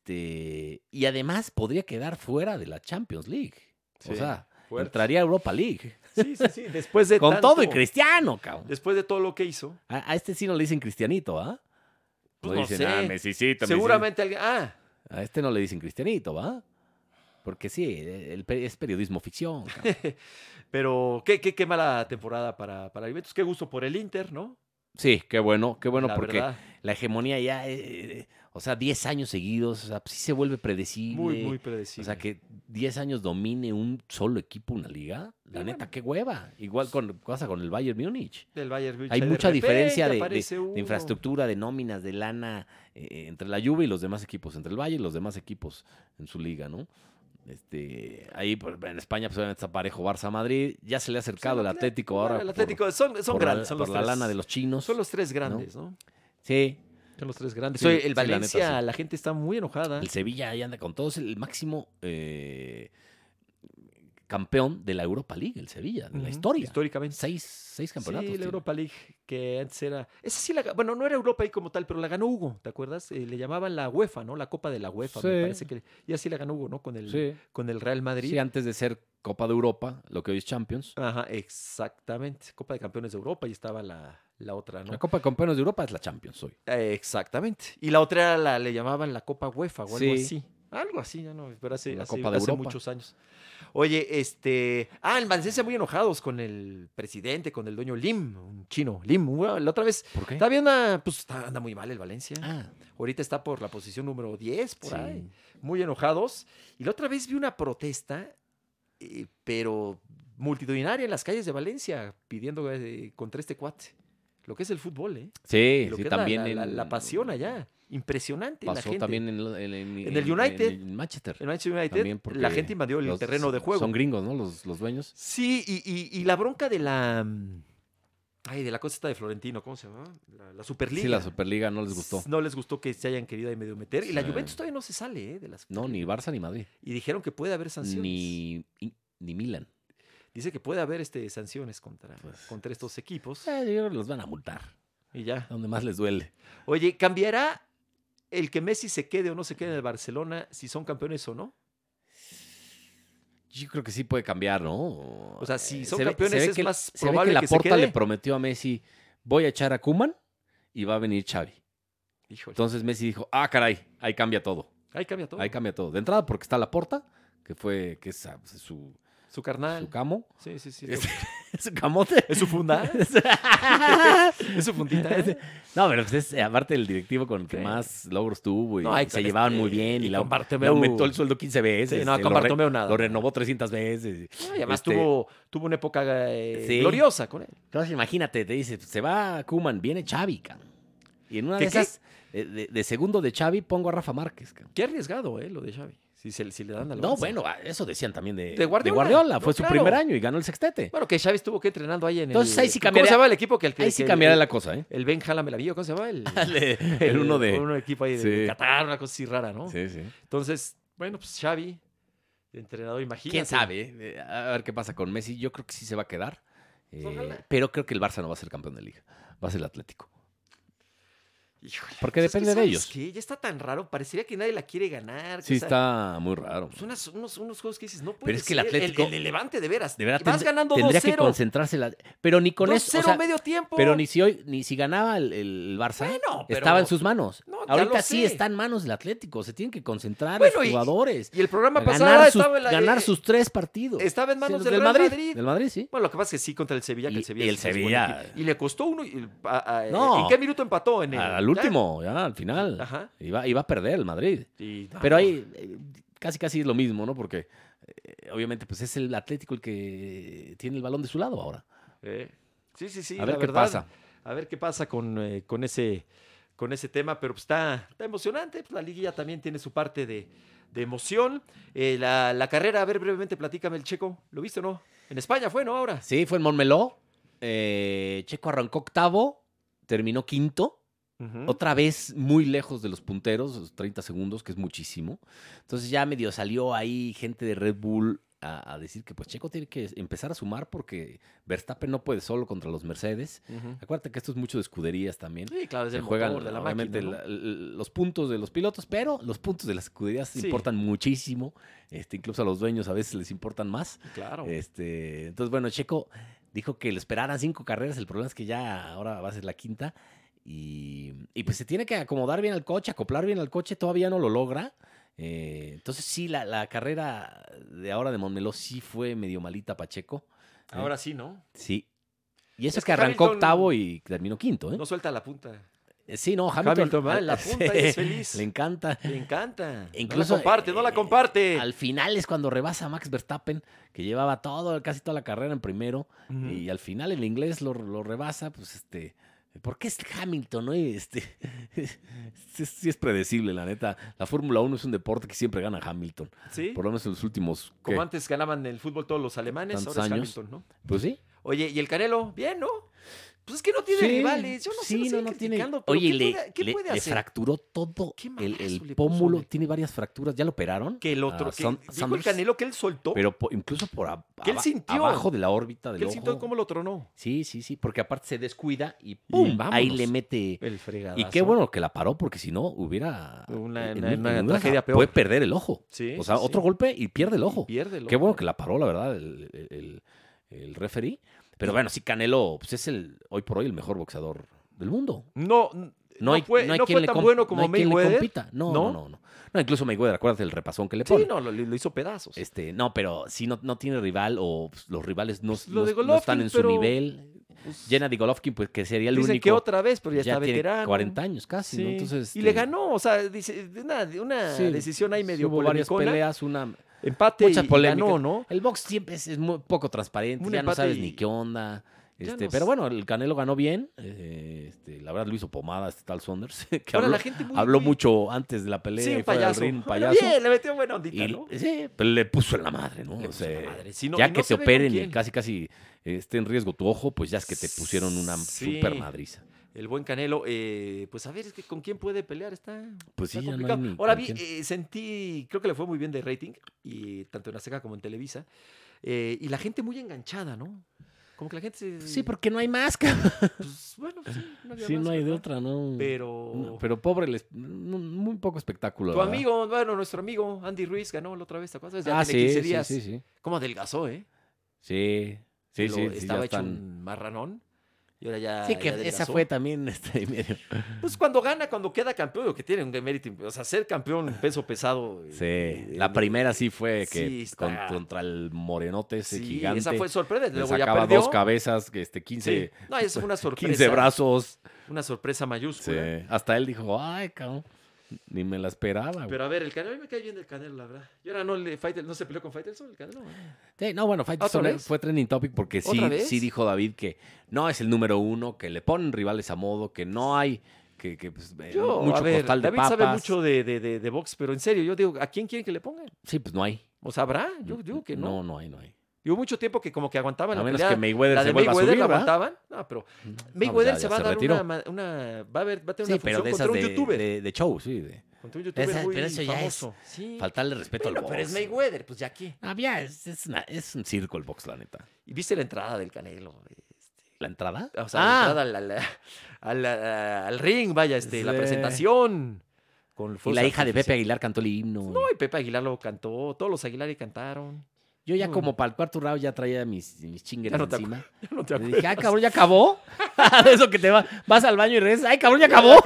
Este, y además podría quedar fuera de la Champions League.
Sí,
o sea,
fuerte.
entraría a Europa League.
Sí, sí, sí. Después de
Con todo y
tanto-
Cristiano, cabrón.
Después de todo lo que hizo.
A, a este sí no le dicen Cristianito, ¿ah?
Pues
No
no
dicen,
sé.
ah, Messicito, Messicito".
Seguramente alguien. Ah,
A este no le dicen Cristianito, ¿va? Porque sí, el- el- es periodismo ficción. cabrón.
pero qué, qué, qué mala temporada para, para Juventus. Qué gusto por el Inter, ¿no?
Sí, qué bueno, qué bueno,
la
porque
verdad.
la hegemonía ya, eh, eh, o sea, 10 años seguidos, o sea, pues, sí se vuelve predecible.
Muy, muy predecible.
O sea, que 10 años domine un solo equipo una liga, la
Pero
neta,
bueno.
qué hueva. Igual con, pasa con el Bayern Múnich.
Del Bayern Múnich,
Hay
ahí Pues, de
mucha diferencia de,
repente
de-
aparece
de
uno.
infraestructura, de nóminas, de lana eh, entre la Juve y los demás equipos, entre el Valle y los demás equipos en su liga, ¿no? Este, ahí pues, en España pues, obviamente está parejo Barça Madrid, ya se le ha acercado
Sí,
el
claro,
Atlético
claro,
ahora.
El
por-
Atlético son, son
por
grandes.
la,
son
por
los
la
tres.
lana de los chinos.
Son los tres grandes, ¿no?
Sí,
Son los tres grandes.
Sí,
Oye,
sí,
el
la neta,
Valencia, la,
sí.
gente está muy enojada.
el Sevilla ahí anda con todos, el máximo eh, campeón de la Europa League, el Sevilla, de
Ujú,
la historia.
Históricamente.
Seis, seis campeonatos.
Sí, la
tiene.
Europa League, que antes era. Esa sí la. ga- Bueno, no era Europa League como tal, pero la ganó Hugo, ¿te acuerdas? Eh, le llamaban la UEFA, ¿no? La Copa de la UEFA, me
Sí.
parece que. Y así la ganó Hugo, ¿no? Con el,
Sí.
con el Real Madrid.
Sí, antes de ser Copa de Europa, lo que hoy es Champions.
Ajá, exactamente. Copa de Campeones de Europa y estaba la, la otra, ¿no?
La Copa de Campeones de Europa es la Champions hoy.
Eh, exactamente. Y la otra era la, le llamaban la Copa UEFA o algo
Sí.
así. Algo así, ya no, pero hace,
La
hace-
Copa de
hace
Europa.
muchos años. Oye, este. Ah, el Valencia muy enojados con el presidente, con el dueño Lim, un chino, Lim. Bueno, La otra vez.
¿Por qué?
Está bien, ah, pues está- anda muy mal el Valencia.
¿Eh? Ah,
Ahorita está por la posición número 10, por
sí.
ahí. Muy enojados. Y la otra vez vi una protesta, eh, pero multitudinaria en las calles de Valencia, pidiendo eh, contra este cuate. Lo que es el fútbol, ¿eh?
Sí,
Y lo
sí,
que es la-
también
la, la-
en-
la pasión allá. Impresionante. la
Pasó
gente.
también en, lo- en-
En el United.
en Manchester.
En Manchester United,
También porque
la gente invadió el
los-
terreno de juego.
Son gringos, ¿no? Los, los dueños.
Sí, y, y- y la bronca de la. mm, Ay, de la cosa esta de Florentino, ¿cómo se llama? La, la Superliga.
Sí, la Superliga no les gustó.
No les gustó que se hayan querido ahí medio meter. Y la
Sí.
Juventus todavía no se sale, ¿eh? De las...
No, ni Barça ni Madrid.
Y dijeron que puede haber sanciones.
Ni, y- ni Milan.
Dice que puede haber este, sanciones contra,
Pues-
contra estos equipos.
Eh, yo creo que los van a multar.
Y ya.
Donde más les duele.
Oye, ¿cambiará el que Messi se quede o no se quede en el Barcelona si son campeones o no?
Yo creo que sí puede cambiar, ¿no?
O sea, si
Eh,
son
se ve-
campeones
se ve
es
que-
más
se ve
probable
que la
que se
Porta le
quede.
prometió a Messi, voy a echar a Kuman y va a venir Xavi.
Híjole.
Entonces Messi dijo, ah, caray, ahí cambia todo.
Ahí cambia todo.
Ahí cambia todo. De entrada, porque está la porta, que fue, que es ah, su,
Su carnal.
su camo.
sí, sí, sí.
Es, su camote.
Es Ah. su funda. es su fundita. ¿eh?
no, pero pues es eh, aparte del directivo con el que
Sí.
más logros tuvo y
No, ahí
Pues, se
con
llevaban
este-
muy bien y,
y
la-
con
le
Bartomeu-
aumentó el sueldo 15 veces.
Sí, no,
eh,
con
lo re-
Bartomeu nada.
Lo renovó 300 veces.
No, y además
Este-
tuvo, tuvo una época eh,
Sí.
gloriosa con él.
Entonces imagínate, te dice, se va Kuman, viene Xavi, cabrón. Y en una
¿Qué,
de
qué?
esas, eh, de, de segundo de Xavi, pongo a Rafa Márquez, cabrón.
Qué arriesgado, ¿eh? Lo de Xavi. Si, se, si le dan al
No,
Barça.
bueno, ah, eso decían también de,
De Guardiola.
Fue
No,
su
claro.
primer año y ganó el sextete.
Bueno, que Xavi estuvo que entrenando ahí en
Entonces,
el...
ahí sí
¿Cómo
cambiaría-
se llama el equipo? Que el, que,
Ahí sí
que-
cambiará
el,
la cosa, ¿eh?
El Ben Jala ¿cómo se llama? El,
El uno de...
Un equipo ahí de
Sí.
Qatar, una cosa así rara, ¿no?
Sí, sí.
Entonces, bueno, pues Xavi, entrenador, imagínate.
¿Quién sabe? eh? Eh, A ver qué pasa con Messi. Yo creo que sí se va a quedar. eh,
Ojalá.
pero creo que el Barça no va a ser campeón de liga. Va a ser el Atlético.
Híjole,
Porque
pues es que
depende de
¿sabes
ellos.
qué? Ya está tan raro, parecería que nadie la quiere ganar. que,
Sí,
o sea,
está muy raro.
Son unas- unos, unos juegos que dices, no puede
Pero es que el
ser,
Atlético-
El, de Levante, de veras.
De verdad,
vas
tend-
ganando
tendría
2-0.
que concentrarse. la- Pero ni con eso. o
2-0
sea,
medio tiempo.
pero ni si hoy, ni si ganaba el, el Barça,
Bueno, pero-
estaba en sus manos.
No, ya
Ahorita
lo
sí
sé.
está en manos del Atlético. Se tienen que concentrar
Bueno,
los
y-
jugadores.
Y el programa pasado
Ganar, sus,
estaba, en la-
ganar
eh,
sus tres partidos.
estaba en manos
Sí,
del, Real Madrid.
Del Madrid, sí.
Bueno, lo que pasa es que sí contra el Sevilla, que
Y-
el Sevilla
y el
es- es buen
Sevilla-
equipo. Y le costó uno. y- a- a-
No.
¿En qué minuto empató? En el,
Al
ya.
último, ya, al final.
Ajá.
Iba, iba a perder el Madrid.
Y- ah,
Pero ahí eh, casi casi es lo mismo, ¿no? Porque eh, obviamente pues es el Atlético el que tiene el balón de su lado ahora.
Eh, Sí, sí, sí.
a ver
la
qué
verdad,
pasa.
A ver qué pasa con, eh, con, ese, con ese tema, pero pues está, está emocionante. pues la liguilla también tiene su parte de, de emoción. Eh, la, la carrera, a ver, brevemente platícame el checo. ¿Lo viste o no? En España fue, ¿no? Ahora.
Sí, fue en Montmeló. Eh, Checo arrancó octavo, terminó quinto.
Ujú.
Otra vez muy lejos de los punteros, los 30 segundos, que es muchísimo. Entonces ya medio salió ahí gente de Red Bull a, a decir que pues Checo tiene que empezar a sumar porque Verstappen no puede solo contra los Mercedes.
Ujú.
Acuérdate que esto es mucho de escuderías también.
Sí, claro, es
se
el
juegan
motor de la
obviamente
máquina. ¿no?
la- l- los puntos de los pilotos, pero los puntos de las escuderías
Sí.
importan muchísimo. Este, incluso a los dueños a veces les importan más.
Claro.
Este, entonces, bueno, Checo dijo que le esperaran cinco carreras. El problema es que ya ahora va a ser la quinta. Y, y pues se tiene que acomodar bien al coche, acoplar bien al coche. Todavía no lo logra. Eh, entonces, sí, la, la carrera de ahora de Montmeló sí fue medio malita para Checo.
Ahora sí, ¿no?
Sí. Y eso
Es
es
que
que arrancó
Hamilton-
octavo y terminó quinto, ¿eh?
No suelta la punta.
Eh, Sí, no, Hamilton.
Hamilton va en la punta y es feliz.
Le encanta.
Le encanta.
Incluso,
no la comparte, no la
eh,
comparte.
Al final es cuando rebasa a Max Verstappen, que llevaba todo, casi toda la carrera en primero,
Ujú.
y al final el inglés lo, lo rebasa, pues este. Porque es Hamilton, ¿no? Y, Este, sí, sí es predecible, la neta. La Fórmula 1 es un deporte que siempre gana Hamilton.
Sí.
Por lo menos en los últimos. ¿qué?
Como antes ganaban el fútbol todos los alemanes,
Tantos
ahora es
años.
Hamilton, ¿no?
Pues sí.
Oye, ¿y el Canelo? Bien, ¿no? Pues es que no tiene
Sí,
rivales. Yo no
sí,
sé, no,
no, no tiene-
tiene...
Oye,
¿qué
le,
puede, qué
le-
puede
le
hacer?
fracturó todo
Qué
el,
madrazo
el
le puso,
pómulo.
hombre.
tiene varias fracturas. ¿Ya lo operaron?
que el otro,
Ah,
que
San-
dijo el
Sanders.
Canelo que él soltó,
Pero po- incluso por a-
Que él
aba-
sintió.
abajo de la órbita del
que él
ojo.
sintió cómo lo tronó.
Sí, sí, sí, porque aparte se descuida y ¡pum! ahí
vámonos.
le mete.
El fregado.
Y qué bueno que la paró, porque si no hubiera.
Una-
en
una-
un- en
una
un-
tragedia peor.
Puede perder el ojo.
Sí,
O sea,
sí,
otro
sí.
golpe y pierde el ojo.
Pierde el
Qué
ojo.
bueno que la paró, la verdad, el, el, el referee. Pero bueno, sí, Canelo pues es el hoy por hoy el mejor boxeador del mundo.
No, no,
No, hay,
fue,
no hay
no
quien
fue
le
tan
comp-
bueno
no
como
hay quien le
Mayweather.
compita. No,
¿No?
no, no, no. No, incluso Mayweather, acuérdate el repasón que le pone.
Sí, no, pues. lo, lo hizo pedazos.
Este, no, pero si no, no tiene rival o pues, los rivales no,
lo
no-
de
no están
Golovkin,
en su
pero,
nivel.
Pues,
Gennady Golovkin, pues que sería el
dicen
único.
que otra vez, pero ya, está
tiene
veterano.
40 años casi,
Sí.
¿no? Entonces,
Y le
este,
ganó, o sea, dice, una, una
sí,
decisión ahí
sí
medio
hubo varias
polemicona.
peleas, una...
Empate
mucha
y- y
polémica.
ganó, ¿no?
El box siempre es, es muy poco transparente,
Un
ya no
empate
sabes
y-
ni qué onda.
Ya
Este,
no s-
pero bueno, el Canelo ganó bien. eh, este, la verdad lo hizo pomada este tal Saunders, que
Ahora
habló,
la gente muy-
habló
muy-
mucho antes de la pelea
Sí,
y
un
fuera del
payaso.
ring, un
Bueno,
payaso.
bien, le metió buena ondita,
Y,
¿no?
sí, pero le puso en la madre, ¿no?
Le
O
puso en la
sea,
madre. Si no-
ya
y no
que
se
se
ve con
operen y
quién.
casi casi esté en riesgo tu ojo, pues ya es que te pusieron una
Sí.
super madriza.
El buen Canelo, eh, pues a ver, es que con quién puede pelear está.
Pues
está
sí, ya no hay ni
Ahora
con
vi, eh, sentí, creo que le fue muy bien de rating, y tanto en Azteca como en Televisa, eh, y la gente muy enganchada, ¿no? Como que la gente se.
Sí, porque no hay más, cabrón.
pues, bueno, sí, no, había
Sí,
más,
no hay de
¿verdad?
otra, ¿no?
Pero.
No, pero pobre, les- no, muy poco espectáculo.
tu
la verdad.
amigo, bueno, nuestro amigo Andy Ruiz ganó la otra vez, ¿te acuerdas? Ya
Ah,
tiene
sí,
15
sí,
días.
sí, sí.
¿Cómo adelgazó, eh?
Sí, sí,
Lo-
sí, sí,
Estaba
ya
hecho
están-
un marranón. Y ahora ya.
Sí, que
ya
esa
adelgazó.
fue también este medio.
Pues cuando gana, cuando queda campeón, lo que tiene un demérito. O sea, ser campeón en peso pesado. eh,
Sí,
eh,
la
no-
primera sí fue que
Sí, está-
con- contra el morenote ese
sí,
gigante.
Esa fue sorprendente.
le
Luego ya
sacaba
perdió.
dos cabezas, que, este, 15,
Sí. No, eso fue una sorpresa.
15 brazos.
Una sorpresa
Sí,
mayúscula.
Hasta él dijo, ay, cabrón, ni me la esperaba. güey".
Pero a ver, el Canelo, a mí me cae bien el Canelo, la verdad. Y ahora no, le, Faitel- no se peleó con Faitelson, el Canelo. ¿eh?
Sí, no, bueno, Fight
¿Otra
Zone
vez?
fue trending topic porque sí,
¿Otra vez?
sí dijo David que no es el número uno, que le ponen rivales a modo, que no hay, que, que, pues, eh,
Yo,
mucho
a ver,
costal de
David
papas.
sabe mucho de, de, de, de box, pero en serio, yo digo, ¿a quién quieren que le pongan?
Sí, pues no hay.
O sea, ¿habrá? Yo digo que no.
Mm, No, no hay, no hay.
Digo, mucho tiempo que como que aguantaban
a
la
menos
pelea.
que Mayweather
la
se
de
vuelva
Mayweather la
a subir, ¿verdad?
aguantaban. No, pero
No, pues
Mayweather
ya-
se
ya
va a dar
retiró.
una, ma- una- Va a haber, va a tener
Sí,
una
pero
función
de
contra
esas
un
de,
youtuber.
de- de show, sí. de-
Contra un youtuber
Esa-
muy
pero eso ya
famoso. Sí.
Faltarle respeto
Bueno,
al box.
pero es Mayweather, pues ya qué.
Ah, ya, es, es una- es un circo el box, la neta.
Y viste la entrada del Canelo. Este,
¿La entrada?
o sea, la
Ah,
entrada al, al- al- al- al ring, vaya, este, la
Sí.
presentación. Con
y
fuegos
la hija de Pepe
artificiales.
Aguilar cantó el himno. y-
No, y Pepe Aguilar lo cantó, todos los Aguilar cantaron.
Yo ya
No,
como para el cuarto round ya traía mis, mis chingues
Ya no te
encima.
Ya no te
Y
acuerdas.
dije, ah, cabrón, ¿ya acabó? De eso que te va, vas al baño y regresas, ay, cabrón, ¿ya acabó?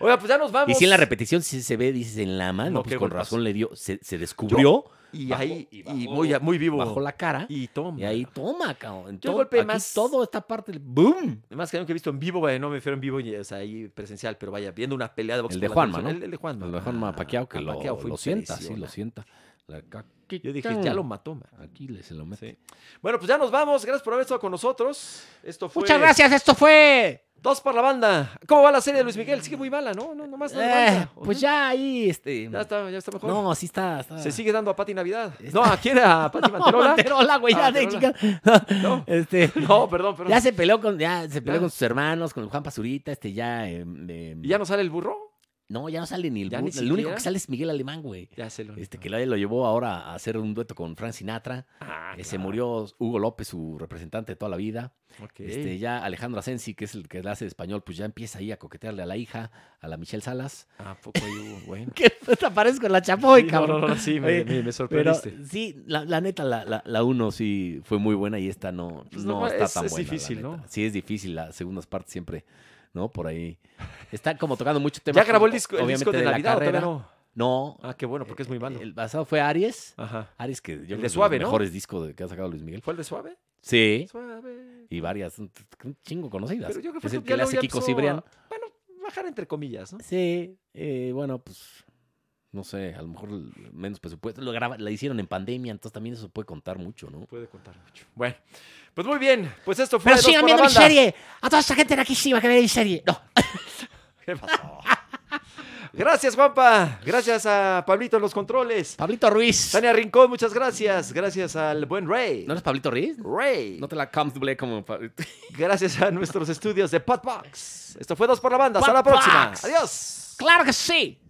Oiga, pues ya nos vamos.
y si en la repetición sí se ve, dices, en la mano,
No,
pues
qué
con
golpazo.
razón le dio, se, se descubrió,
Y
bajó-
ahí,
y
y,
bajó-
muy, muy vivo.
bajó la cara y,
Y toma.
ahí toma, cabrón.
Yo el
Todo-
golpe
aquí
más-
Todo esta parte, ¡boom!
Más que que he visto en vivo, vaya, no me refiero en vivo, ni- o sea, ahí presencial, pero vaya, viendo una pelea de box.
El de
por la
Juanma,
televisión,
¿no?
El, el de Juanma.
Lo dejaron más paqueado que
Ah,
lo,
Pacquiao fue
lo sienta, sí, lo
impresionante.
sienta. La ca-
Yo dije, ya lo mató. man.
Aquí le se lo mete.
Bueno, pues ya nos vamos. Gracias por haber estado con nosotros. Esto fue.
Muchas gracias, esto fue.
Dos para la banda. ¿Cómo va la serie de Luis Miguel? Sigue muy mala, ¿no? No, nomás no
Eh,
levanta.
pues ya ahí, este.
Ya está, ya está mejor.
No, sí está. está-
Se sigue dando a Pati Navidad. No, ¿a quién era? ¿A Pati
No,
Manterola?
Manterola, güey, ya
Ah,
de
Manterola.
chica.
No.
Este,
No, perdón, perdón.
ya se peleó con, ya se peleó
Ya.
con sus hermanos, con el Juan Pazurita, este ya. eh, eh,
¿Y ya no sale el burro?
no, ya no sale ni el.
Ya
bu-
ni
el único
siquiera.
que sale es Miguel Alemán, güey.
Ya se lo.
Este que lo, lo llevó ahora a hacer un dueto con Frank Sinatra.
Ah,
Eh, Se
claro.
murió Hugo López, su representante de toda la vida.
Ok.
Este, ya Alejandro Asensi, que es el que le hace de español, pues ya empieza ahí a coquetearle a la hija, a la Michelle Salas.
Ah, poco ahí hubo, bueno.
Que te aparece con la chapoy,
Sí, no,
cabrón.
no, no, sí, me,
Oye,
me- me
Pero
sorprendiste.
sí, la, la neta, la, la, la uno sí fue muy buena y esta no,
Pues
no
no,
está
es-
tan
es
buena. la
difícil,
neta.
¿no?
Sí, es difícil. Las segundas partes siempre, ¿no? Por ahí. Está como tocando mucho tema.
¿Ya grabó el disco, el
obviamente,
disco de,
la
Navidad o todavía
carrera.
no?
No.
Ah, qué bueno, porque es muy malo.
El pasado fue Aries.
Ajá.
Aries que yo
de
creo que es de los
Suave, ¿no?
mejores discos de- que ha sacado Luis Miguel.
¿Fue el de suave?
Sí.
Suave.
Y varias, un un chingo conocidas.
Pero yo creo que
es el
Jacob
que
ya
le
luego
hace
ya
Kiko
empezó
Cibrián.
a- Bueno, bajar entre comillas, ¿no?
Sí, eh, bueno, pues no sé, a lo mejor l- menos presupuesto. Lo graba, la hicieron en pandemia, entonces también eso puede contar mucho, ¿no?
Puede contar mucho. Bueno, pues muy bien. Pues esto fue.
Pero
Dos
sigan
por la
viendo mi
Banda.
serie. A toda esa gente de aquí sí va a ver mi serie. No.
¿Qué pasó? gracias, Juanpa. Gracias a Pablito en los controles.
Pablito Ruiz.
Tania Rincón, muchas gracias. Gracias al buen Ray.
¿No eres Pablito Ruiz?
Ray.
No te la doble como Pablito.
Gracias a nuestros estudios de Podbox. Esto fue Dos por la Banda. Hasta la
Podbox.
próxima. Adiós.
¡Claro que sí!